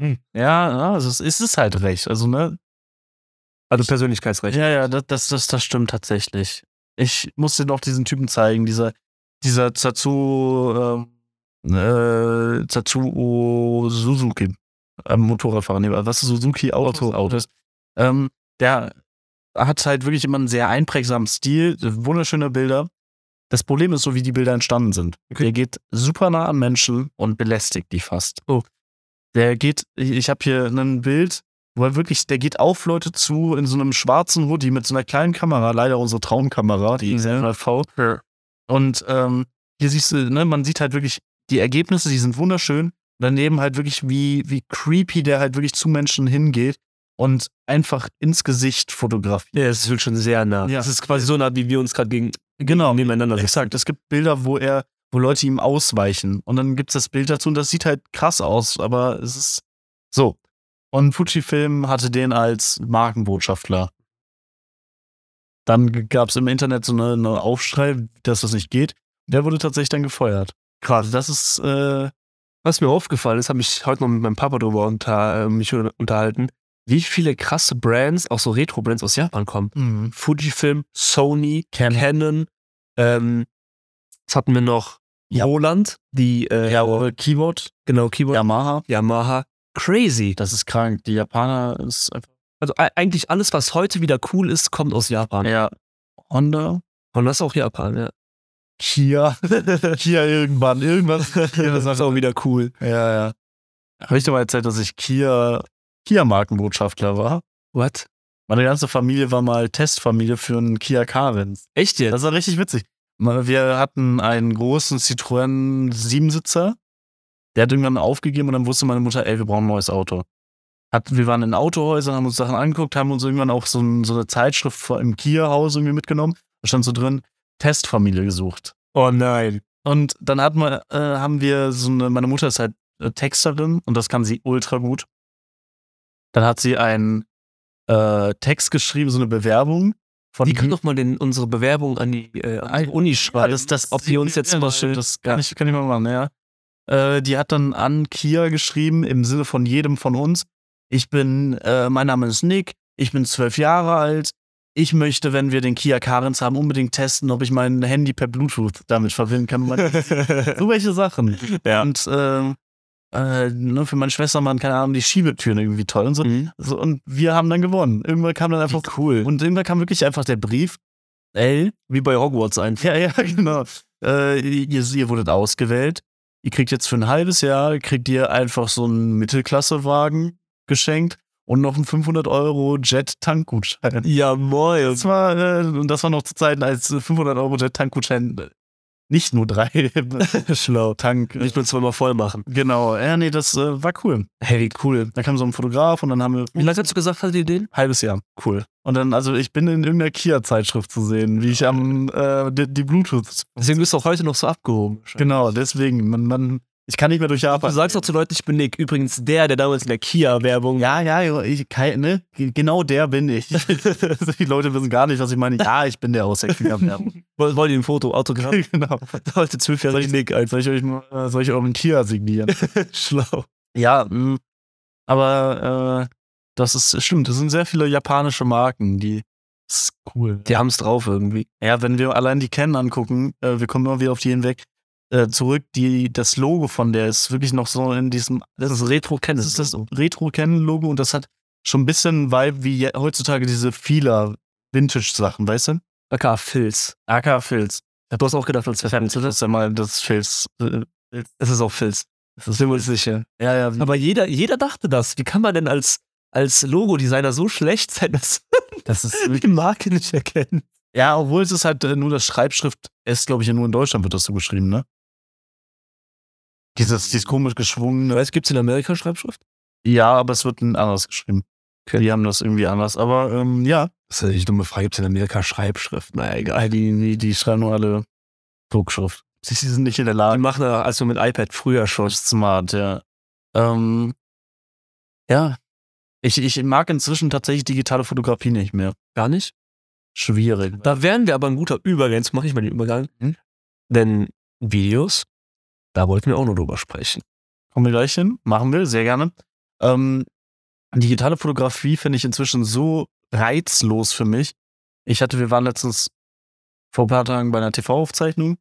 Hm.
Ja, ja, also es ist es halt Recht. Also, ne?
Also Persönlichkeitsrecht.
Ja, ja, das, das, das, das stimmt tatsächlich. Ich muss dir noch diesen Typen zeigen, dieser, dieser Tatsu, ähm, äh, Tatsuo Suzuki. Ähm, Motorradfahrer, nee, was Suzuki Auto,
Autos.
Autos. Ähm, der hat halt wirklich immer einen sehr einprägsamen Stil, wunderschöne Bilder. Das Problem ist so, wie die Bilder entstanden sind.
Okay.
Der geht super nah an Menschen und belästigt die fast.
Oh.
Der geht, ich, ich habe hier ein Bild, wo er wirklich, der geht auf Leute zu in so einem schwarzen Hoodie mit so einer kleinen Kamera, leider unsere Traumkamera, die
Mhm.
XLV. Und ähm, hier siehst du, ne, man sieht halt wirklich die Ergebnisse, die sind wunderschön. Daneben halt wirklich, wie, wie creepy der halt wirklich zu Menschen hingeht und einfach ins Gesicht fotografiert.
Ja, es ist schon sehr nah.
Ja.
Es ist quasi so nah, wie wir uns gerade gegen
Genau.
nebeneinander sitzen.
Exakt. Es gibt Bilder, wo er, wo Leute ihm ausweichen. Und dann gibt es das Bild dazu und das sieht halt krass aus, aber es ist so. Und Fujifilm hatte den als Markenbotschafter. Dann gab es im Internet so einen eine Aufschrei, dass das nicht geht. Der wurde tatsächlich dann gefeuert. Krass. Das ist, äh,
Was mir aufgefallen ist, habe ich heute noch mit meinem Papa drüber unter, äh, mich unter- unterhalten, wie viele krasse Brands, auch so Retro-Brands aus Japan kommen.
Mhm.
Fujifilm, Sony,
Canon.
Canon. Ähm, was hatten wir noch? Roland, die äh,
Jawohl, Keyboard,
genau Keyboard,
Yamaha.
Yamaha. Crazy.
Das ist krank. Die Japaner ist einfach.
Also e- eigentlich alles, was heute wieder cool ist, kommt aus Japan.
Ja. Honda,
Und das ist auch Japan, ja.
Kia. Kia irgendwann. Irgendwas. Kia
Das ist auch wieder cool.
Ja, ja. Habe ich dir mal erzählt, dass ich Kia, Kia Markenbotschafter war?
What?
Meine ganze Familie war mal Testfamilie für einen Kia Carens.
Echt jetzt?
Das war richtig witzig. Mal- Wir hatten einen großen Citroën Siebensitzer. Der hat irgendwann aufgegeben und dann wusste meine Mutter, ey, wir brauchen ein neues Auto. Hat, wir waren in Autohäusern, haben uns Sachen angeguckt, haben uns irgendwann auch so, ein, so eine Zeitschrift vor- im Kia-Haus irgendwie mitgenommen. Da stand so drin, Testfamilie gesucht.
Oh nein.
Und dann hatten wir, äh, haben wir so eine, meine Mutter ist halt äh, Texterin und das kann sie ultra gut. Dann hat sie einen äh, Text geschrieben, so eine Bewerbung. Von
Die kann doch mal den, unsere Bewerbung an die äh, an die Uni
ja,
schreiben.
das, das,
ob die uns jetzt
ja,
mal
das stimmt,
schön.
genau, Das kann ich, kann ich mal machen, ja. Äh, die hat dann an Kia geschrieben, im Sinne von jedem von uns. Ich bin, äh, mein Name ist Nick, ich bin zwölf Jahre alt. Ich möchte, wenn wir den Kia Carens haben, unbedingt testen, ob ich mein Handy per Bluetooth damit verbinden kann. Man- so welche Sachen.
ja.
Und ähm, äh, ne, für meine Schwester waren, keine Ahnung, die Schiebetüren irgendwie toll und so.
Mhm.
so. Und wir haben dann gewonnen. Irgendwann kam dann einfach.
cool.
Und irgendwann kam wirklich einfach der Brief. Ey,
Wie bei Hogwarts einfach.
ja, ja, genau. Äh, ihr, ihr wurdet ausgewählt. Ihr kriegt jetzt für ein halbes Jahr, kriegt ihr einfach so einen Mittelklassewagen geschenkt und noch einen 500 Euro Jet-Tankgutschein.
Ja, moin.
Das war, äh, und das war noch zu Zeiten, als 500 Euro Jet-Tankgutschein äh, nicht nur drei Schlau. Tank. äh,
Nicht nur zweimal voll machen.
Genau, ja, nee, das äh, war cool.
Hey, wie cool.
Da kam so ein Fotograf und dann haben wir
Wie lange hast du gesagt, hast du den?
halbes Jahr. Cool. Und dann, also ich bin in irgendeiner Kia-Zeitschrift zu sehen, wie ich am äh, die, die Bluetooth.
Deswegen bist du auch heute noch so abgehoben.
Genau, deswegen, man, man, ich kann nicht mehr durch
Du
Japan.
sagst auch zu Leuten, ich bin Nick. Übrigens der, der damals in der Kia-Werbung.
Ja, ja, ich, kein- ne? Ge- genau der bin ich. die Leute wissen gar nicht, was ich meine. Ja, ich bin der aus der Kia-Werbung.
Woll- Wollt ihr ein Foto, Autogramm?
genau.
Heute zwölf Jahre Nick.
Soll ich euch, mal- äh, soll ich euren Kia signieren?
Schlau.
ja, mh. aber äh, das ist, stimmt, es sind sehr viele japanische Marken, die. Das ist cool.
Die haben es drauf irgendwie.
Ja, wenn wir allein die Canon angucken, äh, wir kommen immer wieder auf die hinweg, äh, zurück, die, das Logo von der ist wirklich noch so in diesem, das ist
Retro-Kennen.
das, ist das Retro-Canon-Logo und das hat schon ein bisschen Vibe wie je- heutzutage diese vieler Vintage-Sachen, weißt du?
AK Filz.
AK Filz.
Du hast auch gedacht, als
Das ist ja mal das Filz. äh,
Es ist auch Filz. Das sind wir uns sicher.
Ja, ja, wie,
Aber jeder, jeder dachte das. Wie kann man denn als als Logodesigner so schlecht sein, dass
Das ist
wir die Marke nicht erkennen.
Ja, obwohl es ist halt äh, nur das Schreibschrift S, glaube ich, ja nur in Deutschland wird das so geschrieben, ne? Dieses, dieses komisch geschwungene.
Weißt du, gibt es in Amerika Schreibschrift?
Ja, aber es wird ein anders geschrieben.
Okay.
Die haben das irgendwie anders. Aber ähm, ja,
Das ist ja die dumme Frage, gibt es in Amerika Schreibschrift? Naja, egal.
die, die, die schreiben nur alle Druckschrift. Sie, sie sind nicht in der
Die
Lage.
machen da also mit iPad früher schon.
Smart, ja. Ähm, ja. Ich, ich mag inzwischen tatsächlich digitale Fotografie nicht mehr.
Gar nicht?
Schwierig.
Da wären wir aber ein guter Übergang. Jetzt mache ich mal den Übergang.
Mhm.
Denn Videos, da wollten wir auch noch drüber sprechen.
Kommen wir gleich hin. Machen wir, sehr gerne. Ähm, digitale Fotografie finde ich inzwischen so reizlos für mich. Ich hatte, wir waren letztens vor ein paar Tagen bei einer TV-Aufzeichnung,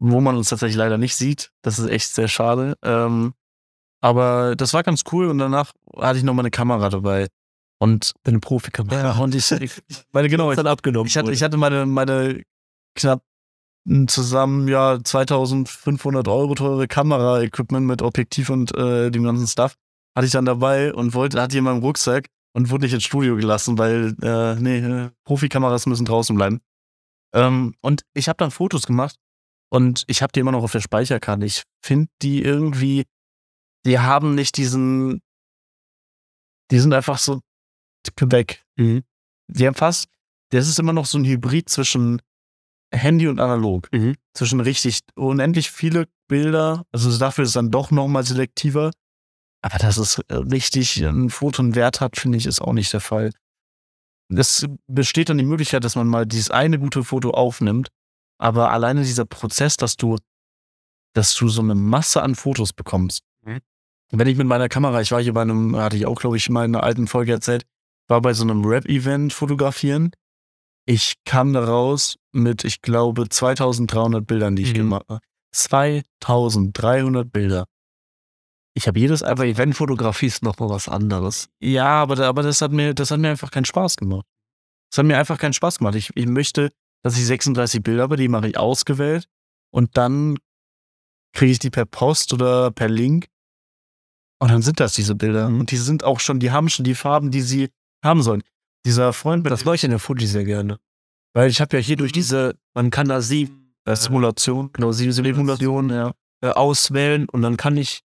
wo man uns tatsächlich leider nicht sieht. Das ist echt sehr schade. Ähm, aber das war ganz cool und danach hatte ich noch meine Kamera dabei. Und,
Deine Profikamera.
ja, und ich, meine, genau,
Genau, dann abgenommen.
ich hatte,
wurde.
ich hatte meine, meine knapp m, zusammen ja 2500 Euro teure Kamera-Equipment mit Objektiv und äh, dem ganzen Stuff hatte ich dann dabei und wollte, hatte ich in meinem Rucksack und wurde nicht ins Studio gelassen, weil äh, nee, äh, Profikameras müssen draußen bleiben. Ähm, und ich habe dann Fotos gemacht und ich habe die immer noch auf der Speicherkarte. Ich finde die irgendwie, die haben nicht diesen, die sind einfach so weg.
Mhm.
Die haben fast, das ist immer noch so ein Hybrid zwischen Handy und analog.
Mhm.
Zwischen richtig unendlich viele Bilder. Also dafür ist es dann doch nochmal selektiver. Aber dass es äh, richtig ein Foto einen Wert hat, finde ich, ist auch nicht der Fall. Es besteht dann die Möglichkeit, dass man mal dieses eine gute Foto aufnimmt. Aber alleine dieser Prozess, dass du, dass du so eine Masse an Fotos bekommst.
Mhm.
Wenn ich mit meiner Kamera, ich war hier bei einem, hatte ich auch, glaube ich, mal in einer alten Folge erzählt, war bei so einem Rap-Event fotografieren. Ich kam da raus mit, ich glaube, 2300 Bildern, die ich
Mhm.
gemacht habe. 2300 Bilder. Ich habe jedes also
aber Eventfotografie ist nochmal was anderes.
ja, aber, da- aber das, hat mir, das hat mir einfach keinen Spaß gemacht. Das hat mir einfach keinen Spaß gemacht. Ich, ich möchte, dass ich 36 Bilder habe, die mache ich ausgewählt und dann kriege ich die per Post oder per Link. Und dann sind das diese Bilder.
Mhm.
Und die sind auch schon, die haben schon die Farben, die sie haben sollen. Dieser Freund mit
Das Mhm. mache ich in der Fuji sehr gerne.
weil ich habe ja hier
Durch diese, man kann da sieben äh,
Simulation,
genau, sieben
Simulation,
Simulationen
ja.
äh, auswählen und dann kann ich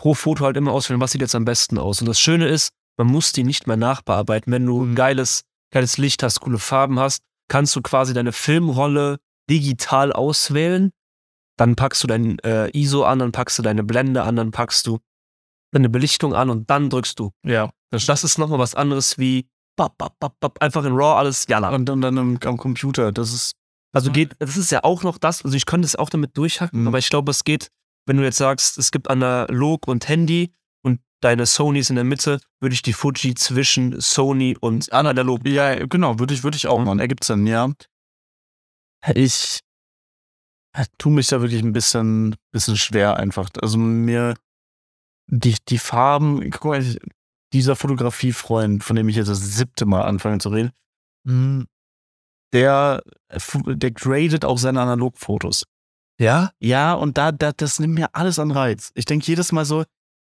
pro Foto halt immer auswählen, was sieht jetzt am besten aus. Und das Schöne ist, man muss die nicht mehr nachbearbeiten. Wenn du ein geiles, geiles Licht hast, coole Farben hast, kannst du quasi deine Filmrolle digital auswählen. Dann packst du dein äh, ISO an, dann packst du deine Blende an, dann packst du deine Belichtung an und dann drückst du.
Ja.
Das ist nochmal was anderes wie bap, bap, bap, bap, einfach in RAW alles, jalla.
Und, und dann am, am Computer, das ist.
Also geht, das ist ja auch noch das, also ich könnte es auch damit durchhacken,
Mhm.
aber ich glaube, es geht, wenn du jetzt sagst, es gibt analog und Handy und deine Sony ist in der Mitte, würde ich die Fuji zwischen Sony und analog.
Ja, genau, würde ich, würde ich auch machen. Ergibt's dann, ja. Ich tu mich da wirklich ein bisschen, bisschen schwer einfach. Also mir die, die Farben, guck mal, ich- dieser Fotografiefreund, von dem ich jetzt das siebte Mal anfange zu reden, mm, der, der gradet auch seine Analogfotos.
Ja?
Ja, und da, da, das nimmt mir alles an Reiz. Ich denke jedes Mal so,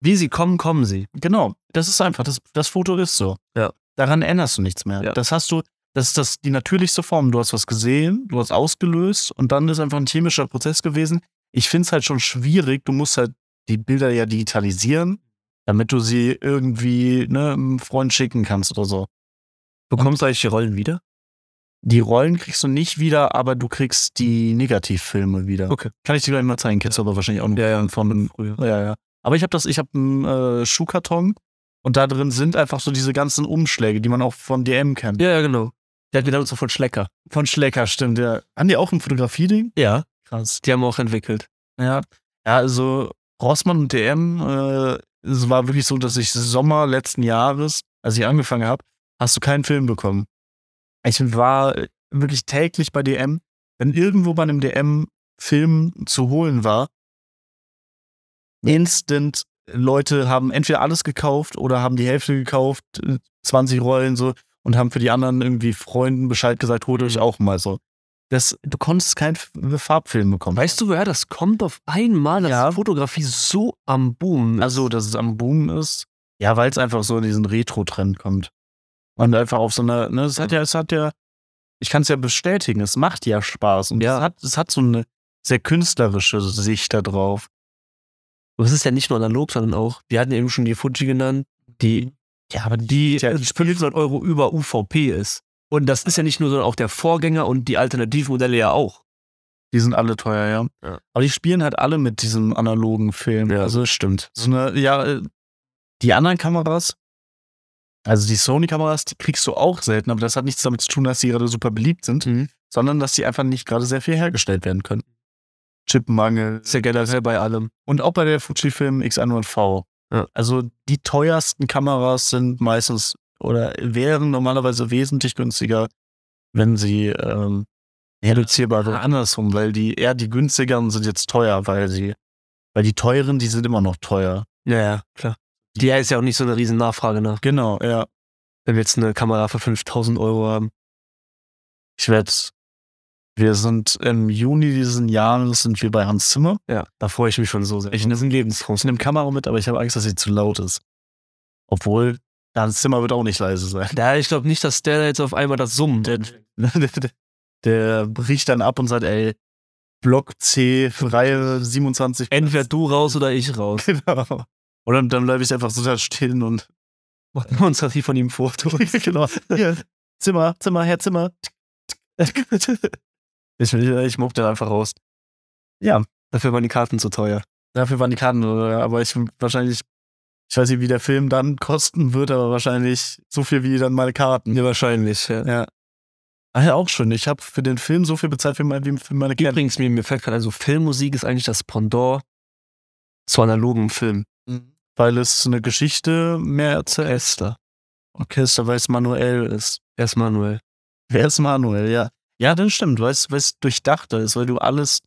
Wie sie kommen, kommen sie.
Genau, das ist einfach, das, das Foto ist so.
Ja.
Daran änderst du nichts mehr.
Ja.
Das hast du, das ist das, die natürlichste Form. Du hast was gesehen, du hast ausgelöst und dann ist einfach ein chemischer Prozess gewesen. Ich finde es halt schon schwierig, du musst halt die Bilder ja digitalisieren, damit du sie irgendwie ne, einem Freund schicken kannst oder so.
Bekommst du eigentlich die Rollen wieder?
Die Rollen kriegst du nicht wieder, aber du kriegst die Negativfilme wieder.
Okay.
Kann ich dir gleich mal zeigen, kennst du aber wahrscheinlich auch noch
Ja, ja,
von
früher.
ja, ja. Aber ich habe das, ich habe einen äh, Schuhkarton und da drin sind einfach so diese ganzen Umschläge, die man auch von DM kennt.
Ja, ja, genau. Der hat mir damals so von Schlecker.
Von Schlecker, stimmt. Ja. Haben die auch ein Fotografieding?
Ja.
Krass.
Die haben wir auch entwickelt.
Ja. Ja, also Rossmann und DM, äh, es war wirklich so, dass ich Sommer letzten Jahres, als ich angefangen habe, hast du keinen Film bekommen. Ich war äh, wirklich täglich bei DM. Wenn irgendwo bei einem DM Film zu holen war, instant Leute haben entweder alles gekauft oder haben die Hälfte gekauft, äh, 20 Rollen so, und haben für die anderen irgendwie Freunden Bescheid gesagt, holt euch auch mal so. Das, du konntest keinen F- Farbfilm bekommen.
Weißt du, woher das kommt auf einmal, dass
Ja.
Fotografie so am Boom ist?
Also, dass es am Boom ist. Ja, weil es einfach so in diesen Retro-Trend kommt. Und einfach auf so eine, ne, es hat ja, es hat ja, ich kann es ja bestätigen, es macht ja Spaß und
Ja.
es, hat, es hat so eine sehr künstlerische Sicht da drauf.
Aber es ist ja nicht nur analog, sondern auch, wir hatten eben schon die Fuji genannt, die, ja, aber Mhm. die
Tja,
äh, 500 Euro über UVP ist. Und das ist ja nicht nur, sondern auch der Vorgänger und die Alternativmodelle ja auch.
Die sind alle teuer, ja.
Ja.
Aber die spielen halt alle mit diesem analogen Film.
Ja.
Also das stimmt. So eine, ja, äh, die anderen Kameras, also die Sony-Kameras, die kriegst du auch selten, aber das hat nichts damit zu tun, dass die gerade super beliebt sind,
Mhm.
sondern dass die einfach nicht gerade sehr viel hergestellt werden können. Chipmangel.
Ist ja generell bei allem.
Und auch bei der Fujifilm X100V.
Ja.
Also die teuersten Kameras sind meistens oder wären normalerweise wesentlich günstiger, wenn sie ähm, reduzierbar sind. Andersrum, weil die eher die günstigeren sind jetzt teuer, weil sie, weil die teuren, die sind immer noch teuer.
Ja, ja, klar. Die ist ja auch nicht so eine riesen Nachfrage nach,
Genau, ja.
wenn wir jetzt eine Kamera für 5000 Euro haben.
Ich werde, wir sind im Juni diesen Jahres sind wir bei Hans Zimmer.
Ja, da freue ich mich schon so sehr.
Ich nehme
Lebenstraum.
Ich nehme Kamera mit, aber ich habe Angst, dass sie zu laut ist. Obwohl, Hans Zimmer wird auch nicht leise sein.
Ja, ich glaube nicht, dass der jetzt auf einmal das Summen.
der, der, der- der bricht dann ab und sagt, ey, Block C, Reihe 27.
Entweder du raus oder ich raus.
Genau. Oder dann bleibe ich einfach so da stehen und.
Machen wir uns das hier von ihm Foto.
genau. Hier, Zimmer, Zimmer, Herr Zimmer. ich, ich mob den einfach raus. Ja,
Dafür waren die Karten zu teuer.
dafür waren die Karten, oder? aber ich wahrscheinlich. Ich weiß nicht, wie der Film dann kosten wird, aber wahrscheinlich so viel wie dann meine Karten.
Ja, wahrscheinlich. Ja.
Ah, ja, auch schön. Ich habe für den Film so viel bezahlt wie mein- wie für meine Karten.
Übrigens, mir, mir fällt gerade, also Filmmusik ist eigentlich das Pendant zu analogen Film.
Weil es eine Geschichte mehr erzählt.
Esther.
Orchester, weil es manuell ist.
Erst Manuel.
Wer ist manuell, ja. Ja, das stimmt, weil es, weil es durchdachter ist, weil du alles,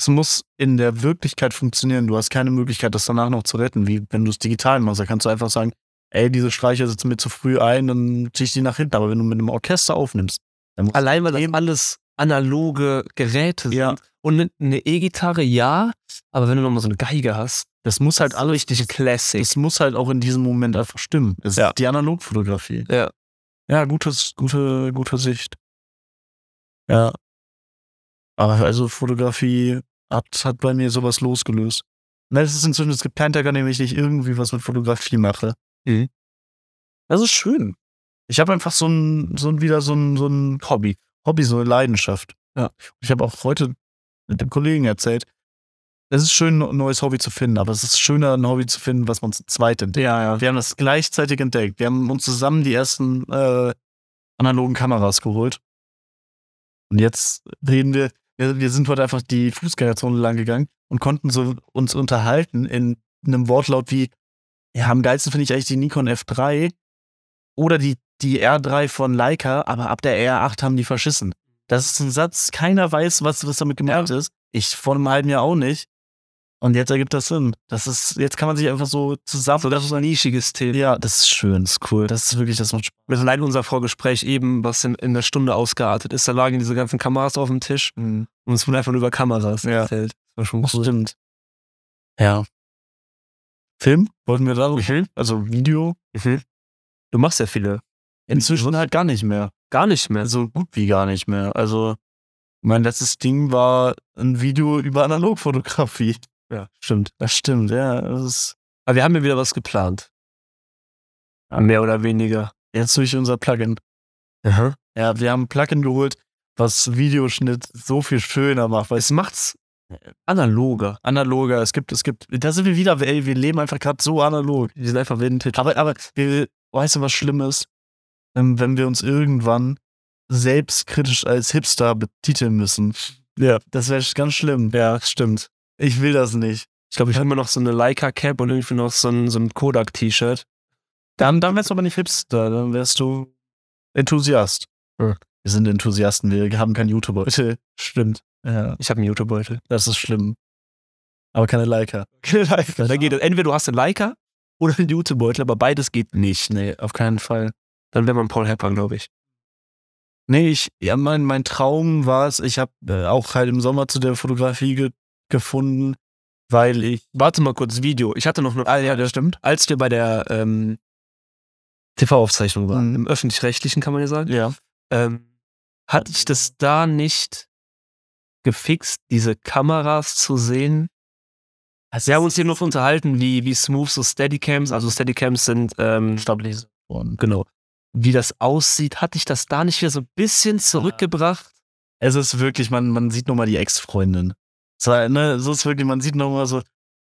es muss in der Wirklichkeit funktionieren. Du hast keine Möglichkeit, das danach noch zu retten, wie wenn du es digital machst. Da kannst du einfach sagen, ey, diese Streicher sitzen mir zu früh ein, dann zieh ich die nach hinten. Aber wenn du mit einem Orchester aufnimmst, dann musst
Allein, weil das
Eben.
alles analoge Geräte sind.
Ja.
Und ne, eine E-Gitarre, ja, aber wenn du nochmal so eine Geige hast,
das muss halt alles,
richtig Classic.
es muss halt auch in diesem Moment einfach stimmen. Es
Ja.
ist die Analogfotografie.
Ja.
Ja, gutes, gute, gute Sicht. Ja. Aber also Fotografie hat, hat bei mir sowas losgelöst. Na, das ist inzwischen, es gibt keinen Tag, an dem ich nicht irgendwie was mit Fotografie mache.
Mhm.
Das ist schön. Ich habe einfach so ein, so ein, wieder so ein, so ein Hobby. Hobby, so eine Leidenschaft.
Ja.
Ich habe auch heute mit dem Kollegen erzählt, es ist schön, ein neues Hobby zu finden, aber es ist schöner, ein Hobby zu finden, was man zu zweit entdeckt.
Ja, ja.
Wir haben das gleichzeitig entdeckt. Wir haben uns zusammen die ersten äh, analogen Kameras geholt. Und jetzt reden wir, wir, wir sind heute einfach die Fußgängerzone lang gegangen und konnten so uns unterhalten in einem Wortlaut wie, ja, am geilsten finde ich eigentlich die Nikon F3 oder die, die R3 von Leica, aber ab der R8 haben die verschissen. Das ist ein Satz, keiner weiß, was, was damit gemeint ist. Ich vor einem halben Jahr auch nicht. Und jetzt ergibt das Sinn. Das ist, jetzt kann man sich einfach so zusammen.
So, das ist ein nischiges Thema.
Ja, das ist schön, das ist cool. Das ist wirklich, das macht Spaß.
Also Allein unser Vorgespräch eben, was in, in der Stunde ausgeartet ist, da lagen diese ganzen Kameras auf dem Tisch und es wurde einfach nur über Kameras
Mhm. Ja.
erzählt. Das war schon
Das stimmt. Ja. Film? Wollten wir darüber?
Mhm.
Also Video?
Du machst ja viele.
Inzwischen halt gar nicht mehr.
Gar nicht mehr.
So gut wie gar nicht mehr. Also, mein letztes Ding war ein Video über Analogfotografie.
Ja, stimmt.
Das stimmt, ja. Das ist
Aber wir haben ja wieder was geplant. Mehr oder weniger.
jetzt durch unser Plugin.
Aha.
Ja, wir haben ein Plugin geholt, was Videoschnitt so viel schöner macht, weil es
Es macht's äh, analoger.
analoger, es gibt, es gibt, da sind wir wieder, ey, wir leben einfach gerade so analog.
Wir sind einfach vintage.
Aber, aber wir, weißt du, was schlimm ist? Ähm, wenn wir uns irgendwann selbstkritisch als Hipster betiteln müssen. Ja. Das wäre ganz schlimm. Ja, stimmt. Ich will das nicht.
Ich glaube, ich habe immer noch so eine Leica-Cap und irgendwie noch so ein, so ein Kodak-T-Shirt.
Dann, dann wärst du aber nicht Hipster, dann wärst du Enthusiast.
Ja.
Wir sind Enthusiasten, wir haben kein YouTuber. Stimmt. Ja,
Ich habe einen YouTube-Beutel.
das ist schlimm. Aber keine Leica.
Keine Leica.
Ja.
Dann geht es. Entweder du hast eine Leica oder einen YouTube-Beutel, aber beides geht nicht.
Nee, auf keinen Fall.
Dann wäre man Paul Hepper, glaube ich.
Nee, ich, ja, mein, mein Traum war es, ich habe äh, auch halt im Sommer zu der Fotografie ge gefunden,
Weil ich. Warte mal kurz, Video. Ich hatte noch eine.
Ah, ja, das stimmt.
Als wir bei der ähm, TV-Aufzeichnung waren,
Mhm.
im öffentlich-rechtlichen kann man ja sagen,
Ja.
ähm, hatte ich das da nicht gefixt, diese Kameras zu sehen? Also, wir haben uns hier nur unterhalten, wie, wie smooth so Steadicams, also Steadicams sind ähm,
Stabilisiert worden.
Genau. Wie das aussieht, hatte ich das da nicht wieder so ein bisschen zurückgebracht?
Es ist wirklich, man, man sieht nochmal die Ex-Freundin. So, ne, so ist wirklich, man sieht nochmal so,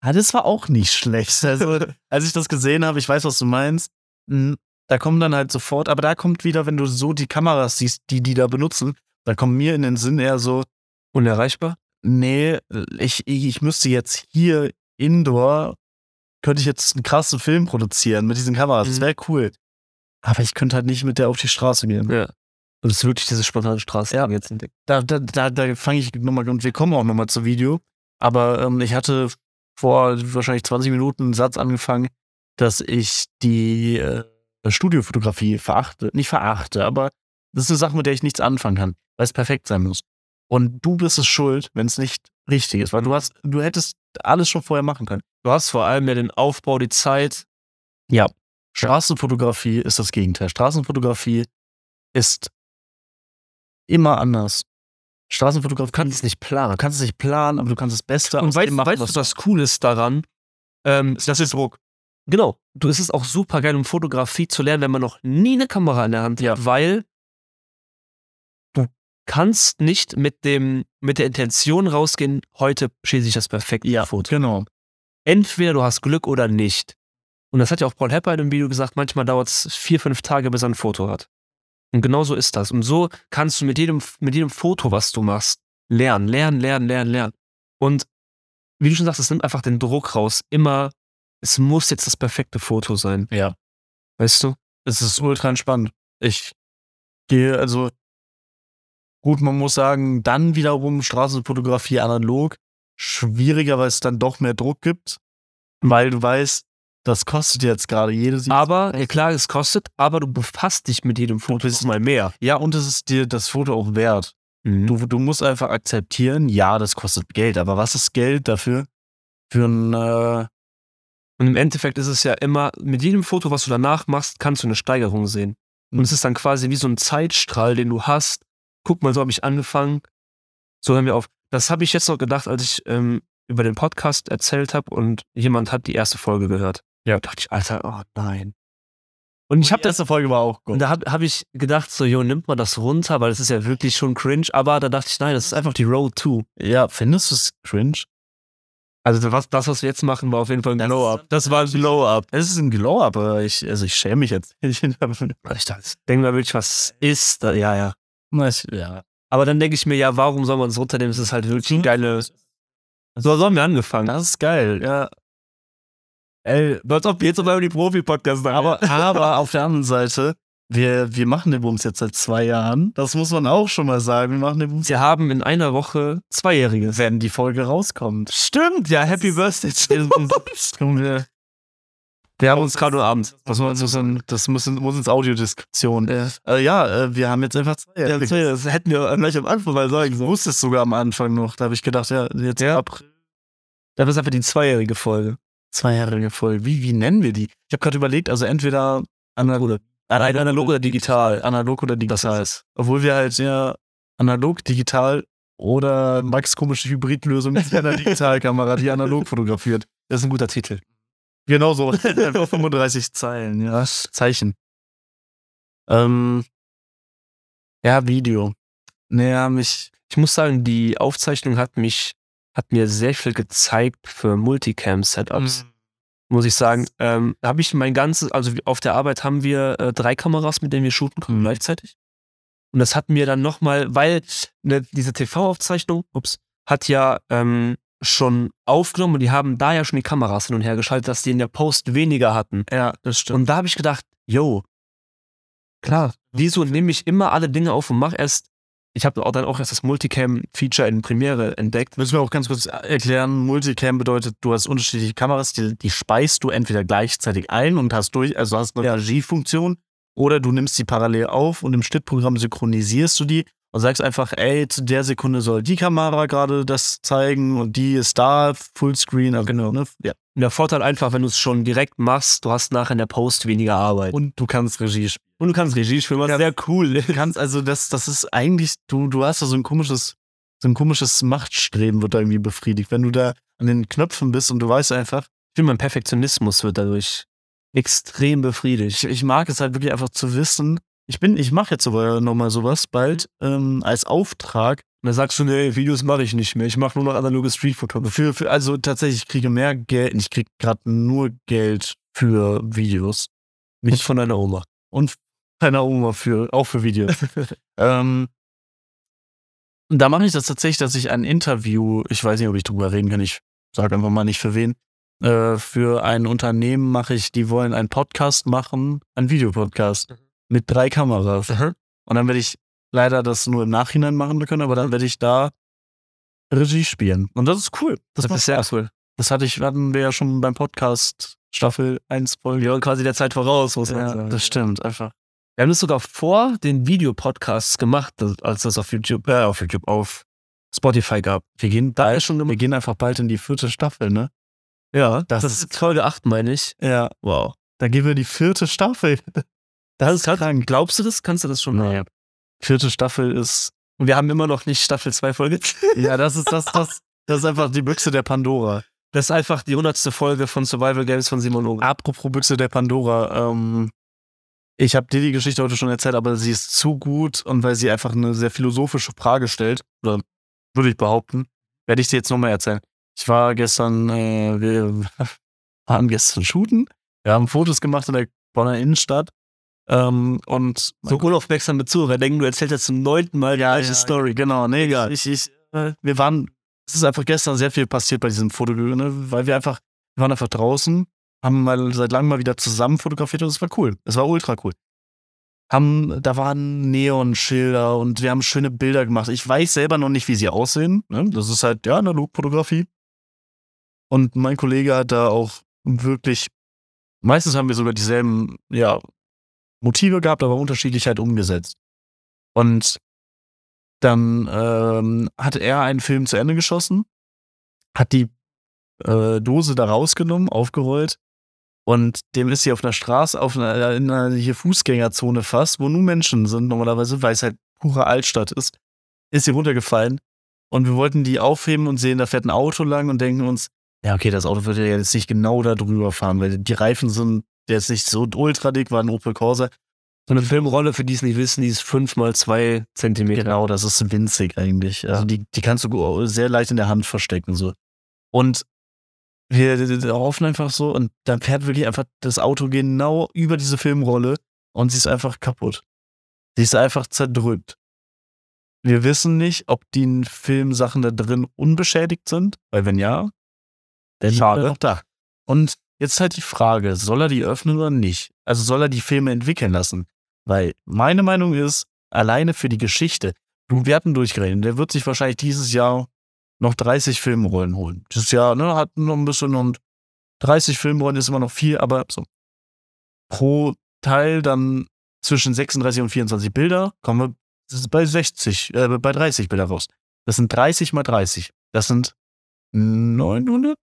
ah, das war auch nicht schlecht. Also, als ich das gesehen habe, ich weiß, was du meinst, mm, da kommen dann halt sofort, aber da kommt wieder, wenn du so die Kameras siehst, die die da benutzen, da kommen mir in den Sinn eher so,
Unerreichbar?
nee, ich, ich müsste jetzt hier indoor, könnte ich jetzt einen krassen Film produzieren mit diesen Kameras, das
Mhm.
wäre cool. Aber ich könnte halt nicht mit der auf die Straße gehen.
Ja. Und es ist wirklich diese spontane Straße,
Ja.
die wir jetzt entdeckt.
da, da, da, da fange ich nochmal, und wir kommen auch nochmal zu Video, aber ähm, ich hatte vor wahrscheinlich 20 Minuten einen Satz angefangen, dass ich die äh, Studiofotografie verachte, nicht verachte, aber das ist eine Sache, mit der ich nichts anfangen kann, weil es perfekt sein muss. Und du bist es schuld, wenn es nicht richtig ist, weil du hast, du hättest alles schon vorher machen können.
Du hast vor allem ja den Aufbau, die Zeit.
Straßenfotografie ist das Gegenteil. Straßenfotografie ist immer anders. Straßenfotografie
es nicht planen.
Du kannst es nicht planen, aber du kannst das Beste
Und
aus
weißt,
dem machen,
weißt du, was cool ist daran? Ähm, das ist Druck. Genau. Du es ist auch super geil, um Fotografie zu lernen, wenn man noch nie eine Kamera in der Hand hat, weil du kannst nicht mit dem, mit der Intention rausgehen, heute schieße ich das perfekte
ja,
Foto.
genau.
entweder du hast Glück oder nicht. Und das hat ja auch Paul Hepper in einem Video gesagt, manchmal dauert es vier, fünf Tage, bis er ein Foto hat. Und genau so ist das. Und so kannst du mit jedem, mit jedem Foto, was du machst, lernen, lernen, lernen, lernen, lernen. Und wie du schon sagst, es nimmt einfach den Druck raus. Immer, es muss jetzt das perfekte Foto sein.
Ja.
Weißt du?
Es ist ultra entspannt. Ich gehe, also gut, man muss sagen, dann wiederum Straßenfotografie analog. Schwieriger, weil es dann doch mehr Druck gibt, weil du weißt, das kostet jetzt gerade jede Sekunde.
Aber, ja klar, es kostet, aber du befasst dich mit jedem Foto
bist-
mal mehr. Mhm.
Ja, und es ist dir das Foto auch wert.
Du,
Du, du musst einfach akzeptieren, ja, das kostet Geld, aber was ist Geld dafür? Für ein, äh,
und im Endeffekt ist es ja immer, mit jedem Foto, was du danach machst, kannst du eine Steigerung sehen. Und
Hm.
es ist dann quasi wie so ein Zeitstrahl, den du hast. Guck mal, so habe ich angefangen. So hören wir auf. Das habe ich jetzt noch gedacht, als ich ähm, über den Podcast erzählt habe und jemand hat die erste Folge gehört.
Ja.
Da dachte ich, Alter, oh nein. Und ich habe
die
das,
erste Folge war auch
und
gut.
da habe hab ich gedacht, so, jo, nimmt man das runter, weil das ist ja wirklich schon cringe. Aber da dachte ich, nein, das ist einfach die Road to.
Ja, findest du es cringe?
Also was, das, was wir jetzt machen, war auf jeden Fall ein
Das
Glow-Up.
ist-
Das war ein Glow-Up.
Es ist ein Glow-Up, aber ich, also ich schäme mich jetzt. Ich,
Also, Ich dachte, denk mal wirklich, was ist da? Ja, ja.
ja.
Aber dann denke ich mir, ja, warum soll man es runternehmen? Es ist halt wirklich eine geile. So, so haben wir angefangen.
Das ist geil, ja. Ey,
Als ob jetzt aber die Profi-Podcast
aber, aber auf der anderen Seite, wir, wir machen den Bums jetzt seit zwei Jahren. Das muss man auch schon mal sagen. Wir machen den Bums,
Wir haben in einer Woche Zweijähriges.
wenn die Folge rauskommt.
Stimmt, ja, Happy Birthday.
Kommen wir,
Wir haben uns gerade nur abends.
was man so sagen, das muss, in- muss ins Audiodeskription.
Ja,
Äh, ja, äh, wir haben jetzt einfach zwei Jahre.
das hätten wir gleich am Anfang mal sagen
Ich wusste es sogar am Anfang noch. Da habe ich gedacht, ja, jetzt
Ja.
April.
Das ist einfach die zweijährige Folge.
Zweijährige Folge. Wie, wie nennen wir die? Ich habe gerade überlegt, also entweder analog,
Analog oder digital.
analog oder digital.
Das heißt,
Obwohl wir halt ja analog, digital oder Max komische Hybridlösung mit einer Digitalkamera, die analog fotografiert.
das ist ein guter Titel.
Genau so. 35 Zeilen, ja. Zeichen. Ähm, ja, Video. Naja, mich.
Ich muss sagen, die Aufzeichnung hat mich, hat mir sehr viel gezeigt für Multicam-Setups. muss ich sagen. Ähm, habe ich mein ganzes, also wie- auf der Arbeit haben wir äh, drei Kameras, mit denen wir shooten können
Mhm.
gleichzeitig. Und das hat mir dann nochmal, weil ne, diese TV-Aufzeichnung, ups, hat ja ähm, schon aufgenommen und die haben da ja schon die Kameras hin und her geschaltet, dass die in der Post weniger hatten.
Ja, das stimmt.
Und da habe ich gedacht, yo, klar, wieso nehme ich immer alle Dinge auf und mache erst, ich habe auch dann auch erst das Multicam-Feature in Premiere entdeckt.
Müssen wir auch ganz kurz erklären, Multicam bedeutet, du hast unterschiedliche Kameras, die, die speist du entweder gleichzeitig ein und hast durch, also hast eine Regiefunktion, oder du nimmst die parallel auf und im Schnittprogramm synchronisierst du die und sagst einfach, ey, zu der Sekunde soll die Kamera gerade das zeigen und die ist da, Fullscreen, also,
Genau.
ne? Ja.
Und der Vorteil einfach, wenn du es schon direkt machst, du hast nachher in der Post weniger Arbeit.
Und du kannst Regie spielen.
Und du kannst Regie spielen, was
Ja.
sehr cool ist.
Du kannst, also das, das ist eigentlich, du, du hast da so ein komisches, so ein komisches Machtstreben wird da irgendwie befriedigt. Wenn du da an den Knöpfen bist und du weißt einfach,
Ich finde, mein Perfektionismus wird dadurch extrem befriedigt.
ich, ich mag es halt wirklich einfach zu wissen, ich bin, ich mache jetzt sogar nochmal sowas bald, ähm, als Auftrag,
Und dann sagst du, nee, Mhm. Videos mache ich nicht mehr. Ich mache nur noch analoge Streetfotografie.
Für, für, also tatsächlich, ich kriege mehr Geld. Ich kriege gerade nur Geld für Videos.
Nicht von deiner Oma.
Und meiner Oma für, auch für Videos. ähm, und da mache ich das tatsächlich, dass ich ein Interview, ich weiß nicht, ob ich drüber reden kann, ich sage einfach mal nicht für wen, äh, für ein Unternehmen mache ich, die wollen einen Podcast machen, einen Videopodcast
Mhm.
mit drei Kameras. Und dann werde ich leider das nur im Nachhinein machen können,
Mhm.
aber dann werde ich da Regie spielen. Und das ist cool.
Das,
macht
ist sehr cool.
das hatte ich, hatten wir ja schon beim Podcast Staffel 1 Folge.
Ja, quasi der Zeit voraus, muss man
Ja,
sagen.
das stimmt, einfach.
Wir haben das sogar vor den Videopodcasts gemacht, das- als das auf YouTube, äh, auf YouTube, auf Spotify gab.
Wir gehen,
Da
bald,
ist schon
wir
gemacht.
gehen einfach bald in die vierte Staffel, ne?
Ja,
das
das, Äh, ist Folge 8, meine ich.
Ja.
Wow.
Da gehen wir in die vierte Staffel.
Das
halt,
ist krank. Glaubst du das? Kannst du das schon?
Nee. Vierte Staffel ist.
Und wir haben immer noch nicht Staffel 2 Folge.
Ja, das ist das, das, das ist einfach die Büchse der Pandora.
Das ist einfach die 100. Folge von Survival Games von Simon Ogen.
Apropos Büchse der Pandora, ähm, ich habe dir die Geschichte heute schon erzählt, aber sie ist zu gut und weil sie einfach eine sehr philosophische Frage stellt, oder würde ich behaupten, werde ich sie jetzt nochmal erzählen. Ich war gestern, äh, wir waren gestern shooten, wir haben Fotos gemacht in der Bonner Innenstadt ähm, und
So unaufmerksam mit Zuhörer denken, du erzählst jetzt zum neunten Mal die gleiche Story.
genau, nee, egal. Ich, ich, äh, wir waren, es ist einfach gestern sehr viel passiert bei diesem Foto, ne? weil wir einfach, wir waren einfach draußen, haben mal seit langem mal wieder zusammen fotografiert und es war cool. Es war ultra cool. Haben, da waren Neonschilder und wir haben schöne Bilder gemacht. Ich weiß selber noch nicht, wie sie aussehen. Ne? Das ist halt, ja, Analogfotografie. Und mein Kollege hat da auch wirklich, meistens haben wir sogar dieselben, ja, Motive gehabt, aber unterschiedlich halt umgesetzt. Und dann ähm, hat er einen Film zu Ende geschossen, hat die äh, Dose da rausgenommen, aufgerollt und dem ist sie auf einer Straße, auf einer, in einer hier Fußgängerzone fast, wo nur Menschen sind normalerweise, weil es halt pure Altstadt ist, ist sie runtergefallen und wir wollten die aufheben und sehen, da fährt ein Auto lang und denken uns, ja okay, das Auto wird ja jetzt nicht genau da drüber fahren, weil die Reifen sind jetzt nicht so ultra dick, war ein Opel Corsa,
So eine Filmrolle, für die es nicht wissen, die ist 5 mal 2 Zentimeter.
Genau, das ist winzig eigentlich. Also die, die kannst du gu- sehr leicht in der Hand verstecken. So. Und wir hoffen einfach so und dann fährt wirklich einfach das Auto genau über diese Filmrolle und sie ist einfach kaputt. Sie ist einfach zerdrückt. Wir wissen nicht, ob die Filmsachen da drin unbeschädigt sind, weil wenn ja, dann sind
Schade.
wir noch da. Und jetzt halt die Frage, soll er die öffnen oder nicht? Also soll er die Filme entwickeln lassen? Weil meine Meinung ist, alleine für die Geschichte, du, wir hatten durchgerechnet, der wird sich wahrscheinlich dieses Jahr noch 30 Filmrollen holen. Dieses Jahr ne, hat noch ein bisschen und 30 Filmrollen ist immer noch viel, aber so. Pro Teil dann zwischen 36 und 24 Bilder, kommen wir das ist bei 60, äh, bei 30 Bilder raus. Das sind 30 mal 30. Das sind 900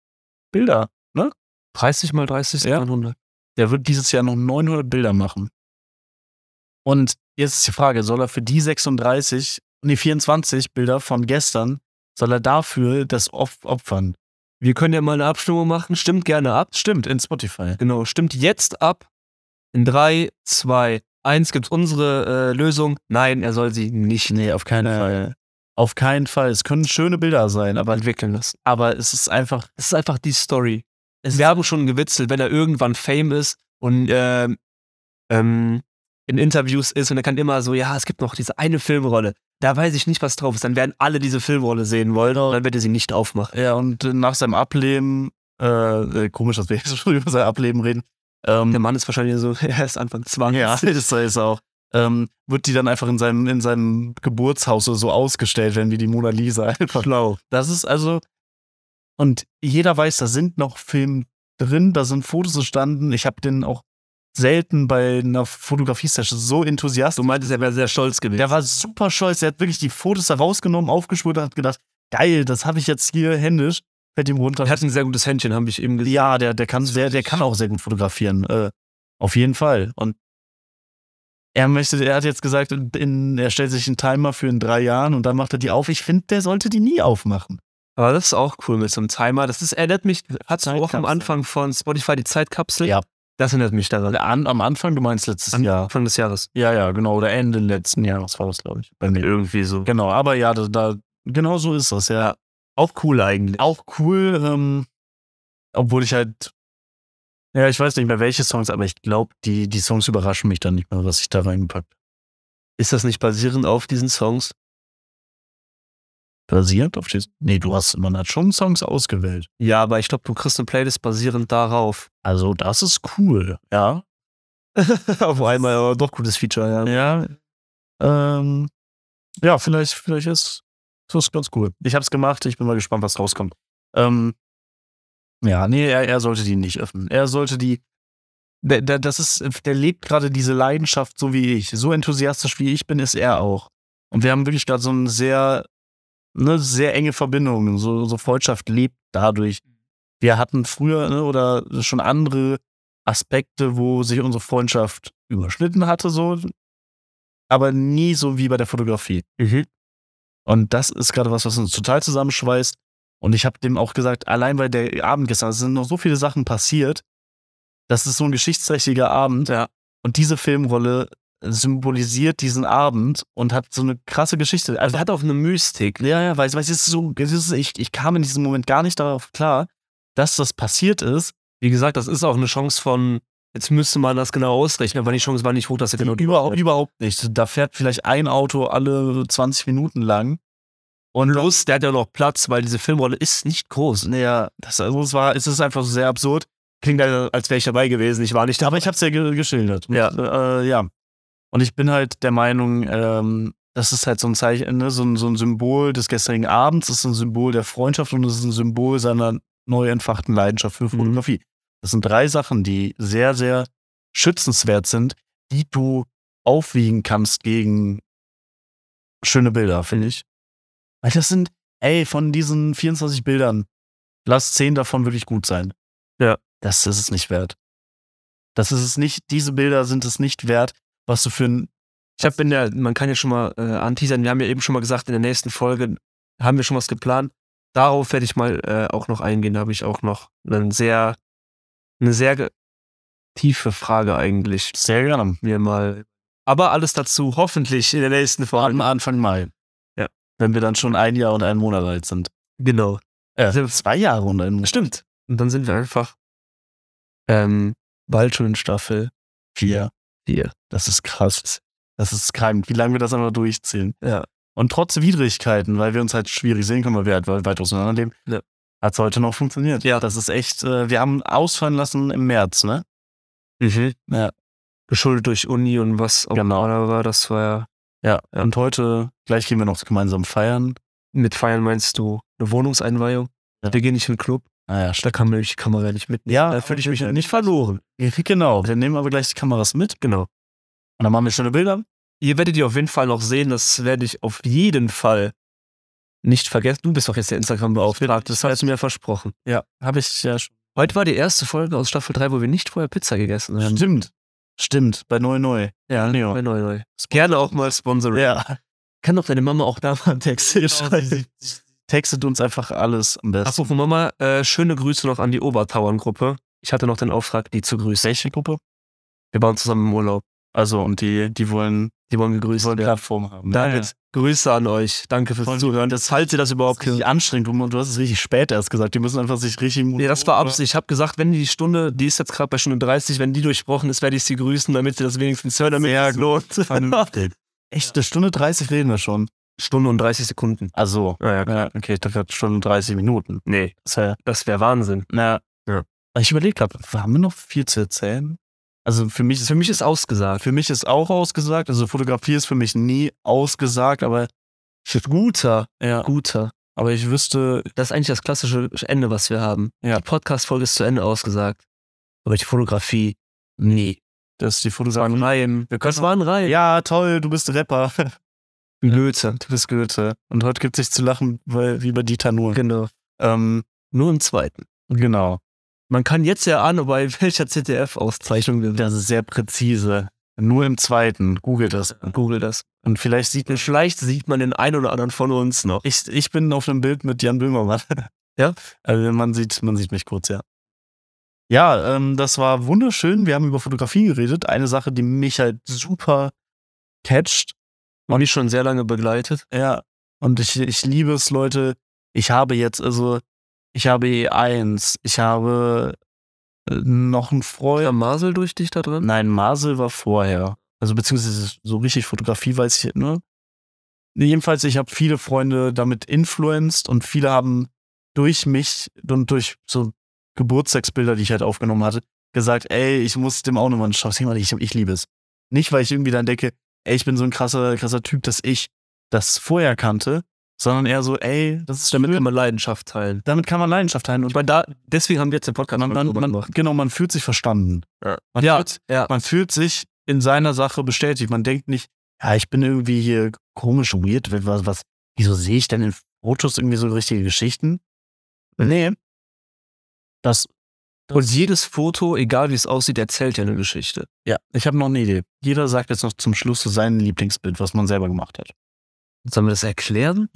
Bilder. ne?
30 mal 30
Ja.
100.
Der wird dieses Jahr noch 900 Bilder machen. Und jetzt ist die Frage, soll er für die 36, nee, 24 Bilder von gestern, soll er dafür das op- opfern?
Wir können ja mal eine Abstimmung machen. Stimmt gerne ab.
Stimmt, in Spotify.
Genau, stimmt jetzt ab. In 3, 2, 1 gibt's unsere äh, Lösung. Nein, er soll sie nicht
Nee, auf keinen
Äh.
Fall. Auf keinen Fall. Es können schöne Bilder sein, aber,
entwickeln lassen.
aber es ist einfach,
Es ist einfach die Story.
Es-
Wir haben schon gewitzelt, wenn er irgendwann Fame ist und ähm, ähm, in Interviews ist und er kann immer so, ja, es gibt noch diese eine Filmrolle. Da weiß ich nicht, was drauf ist. Dann werden alle diese Filmrolle sehen wollen
Genau.
und dann wird er sie nicht aufmachen.
ja, und äh, nach seinem Ableben, äh, äh, komisch, dass wir jetzt schon über sein Ableben reden, ähm,
Der Mann ist wahrscheinlich so, er ist Anfang 20.
Ja, das ist auch. Ähm, wird die dann einfach in seinem, in seinem Geburtshaus oder so ausgestellt werden, wie die Mona Lisa einfach. Schlau. Das ist also. Und jeder weiß, da sind noch Filme drin, da sind Fotos entstanden. Ich habe den auch selten bei einer Fotografie-Session so enthusiastisch.
Du meintest, er wäre sehr stolz gewesen.
Der war super stolz, der hat wirklich die Fotos da rausgenommen, aufgespürt und hat gedacht, geil, das habe ich jetzt hier händisch. Fällt ihm runter.
er hat ein sehr gutes Händchen, habe ich eben gesehen.
Ja, der, der, kann, der, der kann auch sehr gut fotografieren. Äh, auf jeden Fall. Und er möchte, er hat jetzt gesagt, in- in, er stellt sich einen Timer für in drei Jahren und dann macht er die auf. Ich finde, der sollte die nie aufmachen.
Aber das ist auch cool mit so einem Timer. Das ist, erinnert mich, hat auch am
Zeitkapsel.
Anfang von Spotify die Zeitkapsel.
Ja.
Das erinnert mich daran.
An, am Anfang, du meinst letztes Jahr.
Anfang des Jahres.
Ja, ja, genau. Oder Ende letzten Jahres war das, glaube ich. Bei mir.
Irgendwie so.
Genau, aber ja, da, da genau so ist das, ja.
Auch cool eigentlich.
Auch cool, ähm, obwohl ich halt, ja, ich weiß nicht mehr welche Songs, aber ich glaube, die, die Songs überraschen mich dann nicht mehr, was ich da reingepackt
Ist das nicht basierend auf diesen Songs?
Basiert auf diesen? Nee, du hast, man hat schon Songs ausgewählt.
Ja, aber ich glaube, du kriegst eine Playlist basierend darauf.
Also, das ist cool, ja.
auf einmal, aber doch gutes Feature, ja.
Ja. Ähm, ja, vielleicht, vielleicht ist ist das ganz cool. Ich hab's gemacht, ich bin mal gespannt, was rauskommt. Ähm, ja, nee, er, er sollte die nicht öffnen. Er sollte die. Der, der, das ist, der lebt gerade diese Leidenschaft, so wie ich. So enthusiastisch wie ich bin, ist er auch. Und wir haben wirklich gerade so eine sehr, ne, sehr enge Verbindung. So, so Freundschaft lebt dadurch. Wir hatten früher ne, oder schon andere Aspekte, wo sich unsere Freundschaft überschnitten hatte, so, aber nie so wie bei der Fotografie.
Mhm.
Und das ist gerade was, was uns total zusammenschweißt. Und ich habe dem auch gesagt, allein weil der Abend gestern, es sind noch so viele Sachen passiert, das ist so ein geschichtsträchtiger Abend.
Ja.
Und diese Filmrolle symbolisiert diesen Abend und hat so eine krasse Geschichte. Also
Also hat auch eine Mystik.
ja, ja, weil, weil es ist so, es ist, ich, ich kam in diesem Moment gar nicht darauf klar, dass das passiert ist.
Wie gesagt, das ist auch eine Chance von, jetzt müsste man das genau ausrechnen, aber die Chance war nicht hoch, dass er genau
überhaupt, überhaupt nicht. Da fährt vielleicht ein Auto alle 20 Minuten lang.
Und los, der hat ja noch Platz, weil diese Filmrolle ist nicht groß.
Naja, das, also es war, es ist einfach sehr absurd. Klingt, äh, als wäre ich dabei gewesen. Ich war nicht dabei. Aber ich habe es ja ge geschildert. Und,
Ja.
Äh, ja. Und ich bin halt der Meinung, ähm, das ist halt so ein Zeichen, ne? so, ein, so ein Symbol des gestrigen Abends, das ist ein Symbol der Freundschaft und das ist ein Symbol seiner neu entfachten Leidenschaft für Fotografie. Das sind drei Sachen, die sehr, sehr schützenswert sind, die du aufwiegen kannst gegen schöne Bilder, finde ich. Weil das sind, ey, von diesen 24 Bildern, lass 10 davon wirklich gut sein.
Ja.
Das ist es nicht wert. Das ist es nicht, diese Bilder sind es nicht wert, was du für ein,
Ich habe in der, man kann ja schon mal äh, anteasern, wir haben ja eben schon mal gesagt, in der nächsten Folge haben wir schon was geplant. Darauf werde ich mal äh, auch noch eingehen, da habe ich auch noch einen sehr, eine sehr ge- tiefe Frage eigentlich
sehr gerne.
mir mal. Aber alles dazu hoffentlich in der nächsten Folge.
Am Anfang Mai.
Ja.
Wenn wir dann schon ein Jahr und einen Monat alt sind.
Genau.
Äh,
Sind-
zwei Jahre und einen Monat. Stimmt.
Und dann sind wir einfach ähm, bald schon in Staffel
Vier.
4.
Das ist krass. Das ist krank, wie lange wir das einfach durchziehen.
Ja.
Und trotz Widrigkeiten, weil wir uns halt schwierig sehen können, weil wir halt weit auseinanderleben,
Ja.
hat es heute noch funktioniert.
Ja.
Das ist echt, äh, wir haben ausfallen lassen im März, ne?
Mhm.
Ja.
Geschuldet durch Uni und was auch
Genau.
immer war, das war ja.
Ja. Und heute, gleich gehen wir noch gemeinsam feiern.
Mit Feiern meinst du eine Wohnungseinweihung?
Ja.
Wir gehen nicht in den Club.
Naja,
Da kann man die Kamera nicht mitnehmen.
Ah Ja,
da fühle ich mich nicht verloren.
Genau. Dann nehmen wir aber gleich die Kameras mit
Genau.
und dann machen wir schöne Bilder.
Ihr werdet die auf jeden Fall noch sehen. Das werde ich auf jeden Fall nicht vergessen. Du bist doch jetzt der Instagram-Beauftragte. Das hast du mir versprochen.
Ja, habe ich ja schon.
Heute war die erste Folge aus Staffel 3, wo wir nicht vorher Pizza gegessen haben.
Stimmt. Stimmt, bei Neu Neu.
Ja,
Neo.
neu, neu, neu. Gerne auch mal Sponsoring.
Ja.
Kann doch deine Mama auch da mal einen
Genau,
Text schreiben.
Textet uns einfach alles am besten.
Apropos Mama, äh, schöne Grüße noch an die Obertauern-Gruppe. Ich hatte noch den Auftrag, die zu grüßen.
Welche Gruppe?
Wir waren zusammen im Urlaub.
Also, und die, die wollen,
Die wollen
die
gegrüßt
wollen
werden.
Plattform haben.
Damit Grüße an euch. Danke fürs
Voll-
Zuhören. Das falls ihr das überhaupt.
überhaupt nicht anstrengend. Du, du hast es richtig spät erst gesagt. Die müssen einfach sich richtig.
Nee, das war Absicht. Ich habe gesagt, wenn die Stunde, die ist jetzt gerade bei Stunde 30, wenn die durchbrochen ist, werde ich sie grüßen, damit sie das wenigstens hören, damit
Sehr
es lohnt.
Vernünftig. Echt, eine Stunde 30 reden wir schon.
Stunde und 30 Sekunden.
Also,
Naja,
ja, okay, ich dachte Stunde 30 Minuten.
nee,
Das ist ja
das wäre Wahnsinn.
Na,
Ja.
ich überlegt habe, haben wir noch viel zu erzählen? Also für mich, ist,
Für mich ist ausgesagt.
für mich ist auch ausgesagt, also Fotografie ist für mich nie ausgesagt, aber
Guter,
ja,
guter.
aber ich wüsste,
Das ist eigentlich das klassische Ende, was wir haben.
Ja.
Die Podcast-Folge ist zu Ende ausgesagt. Aber die Fotografie, nee.
Das ist die Fotografie.
waren Reihen.
Wir können
Das waren Reihen.
Ja, toll, du bist Rapper.
Löte.
Du bist Goethe. Und heute gibt es sich zu lachen, weil wie bei Dieter Nuhr.
Genau.
Ähm,
Nur im zweiten.
genau.
Man kann jetzt ja ahnen, bei welcher ZDF-Auszeichnung wir sind.
Das ist sehr präzise. Nur im zweiten. Google das.
Google das.
Und vielleicht sieht
Und vielleicht sieht man den einen oder anderen von uns noch.
ich, ich bin auf einem Bild mit Jan Böhmermann.
Ja?
Also man sieht, man sieht mich kurz, ja. Ja, ähm, das war wunderschön. Wir haben über Fotografie geredet. Eine Sache, die mich halt super catcht.
Und mich schon sehr lange begleitet.
Ja. Und ich, ich liebe es, Leute. Ich habe jetzt, also, ich habe E1. Ich habe äh, noch einen Freund.
Euer Masel durch dich da drin?
Nein, Masel war vorher. Also beziehungsweise so richtig Fotografie weiß ich, ne? Nee, Jedenfalls, ich habe viele Freunde damit influenced und viele haben durch mich und durch so Geburtstagsbilder, die ich halt aufgenommen hatte, gesagt, ey, ich muss dem auch nochmal einen Shot machen, ich, ich liebe es. Nicht, weil ich irgendwie dann denke, ey, ich bin so ein krasser, krasser Typ, dass ich das vorher kannte, sondern eher so, ey, das ist
Damit
damit,
kann man Leidenschaft teilen.
damit kann man Leidenschaft teilen und
Ich meine, da, deswegen haben wir jetzt den Podcast
man, man,
drüber
man,
gemacht.
genau, man fühlt sich verstanden.
Ja.
Man
Ja,
fühlt,
ja.
man fühlt sich in seiner Sache bestätigt. Man denkt nicht, ja, ich bin irgendwie hier komisch, weird, was, was, wieso sehe ich denn in Fotos irgendwie so richtige Geschichten? Nee. Das,
Und jedes Foto, egal wie es aussieht, erzählt ja eine Geschichte.
ja, ich habe noch eine Idee. Jeder sagt jetzt noch zum Schluss so sein Lieblingsbild, was man selber gemacht hat.
Sollen wir das erklären?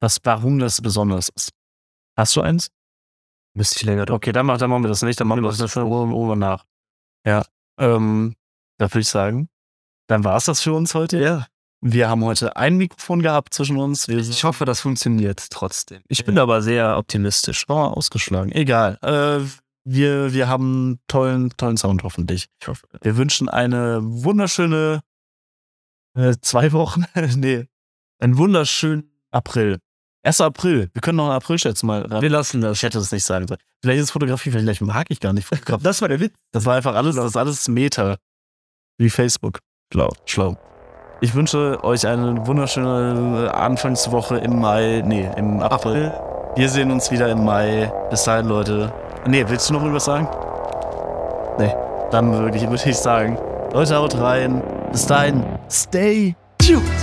Was, warum das besonders ist. Hast du eins?
Müsste ich länger
Okay, dann, mach, dann machen wir das nicht, dann machen wir das schon drüber nach. Ja, ähm, da würde ich sagen, dann war es das für uns heute.
Ja.
Wir haben heute ein Mikrofon gehabt zwischen uns. Wir
Ich hoffe, das funktioniert trotzdem. Ich bin aber sehr optimistisch.
Oh, ausgeschlagen. Egal. Äh, wir, wir haben tollen, tollen Sound hoffentlich.
Ich hoffe.
Wir wünschen eine wunderschöne äh, zwei Wochen. nee,
Ein wunderschön.
April. 1. April. Wir können noch einen April-Schätz mal ran.
Wir lassen das.
Ich hätte es nicht sagen sollen. Vielleicht ist Fotografie, vielleicht mag ich gar nicht Fotografie.
Das war der Witz.
Das war einfach alles, das ist alles Meta. Wie Facebook. Schlau. Schlau. Ich wünsche euch eine wunderschöne äh, Anfangswoche im Mai. Nee, im April. Wir sehen uns wieder im Mai. Bis dahin, Leute. Nee, willst du noch irgendwas sagen? Nee. Dann würde ich, würde ich sagen, Leute, haut rein. Bis dahin. Stay tuned.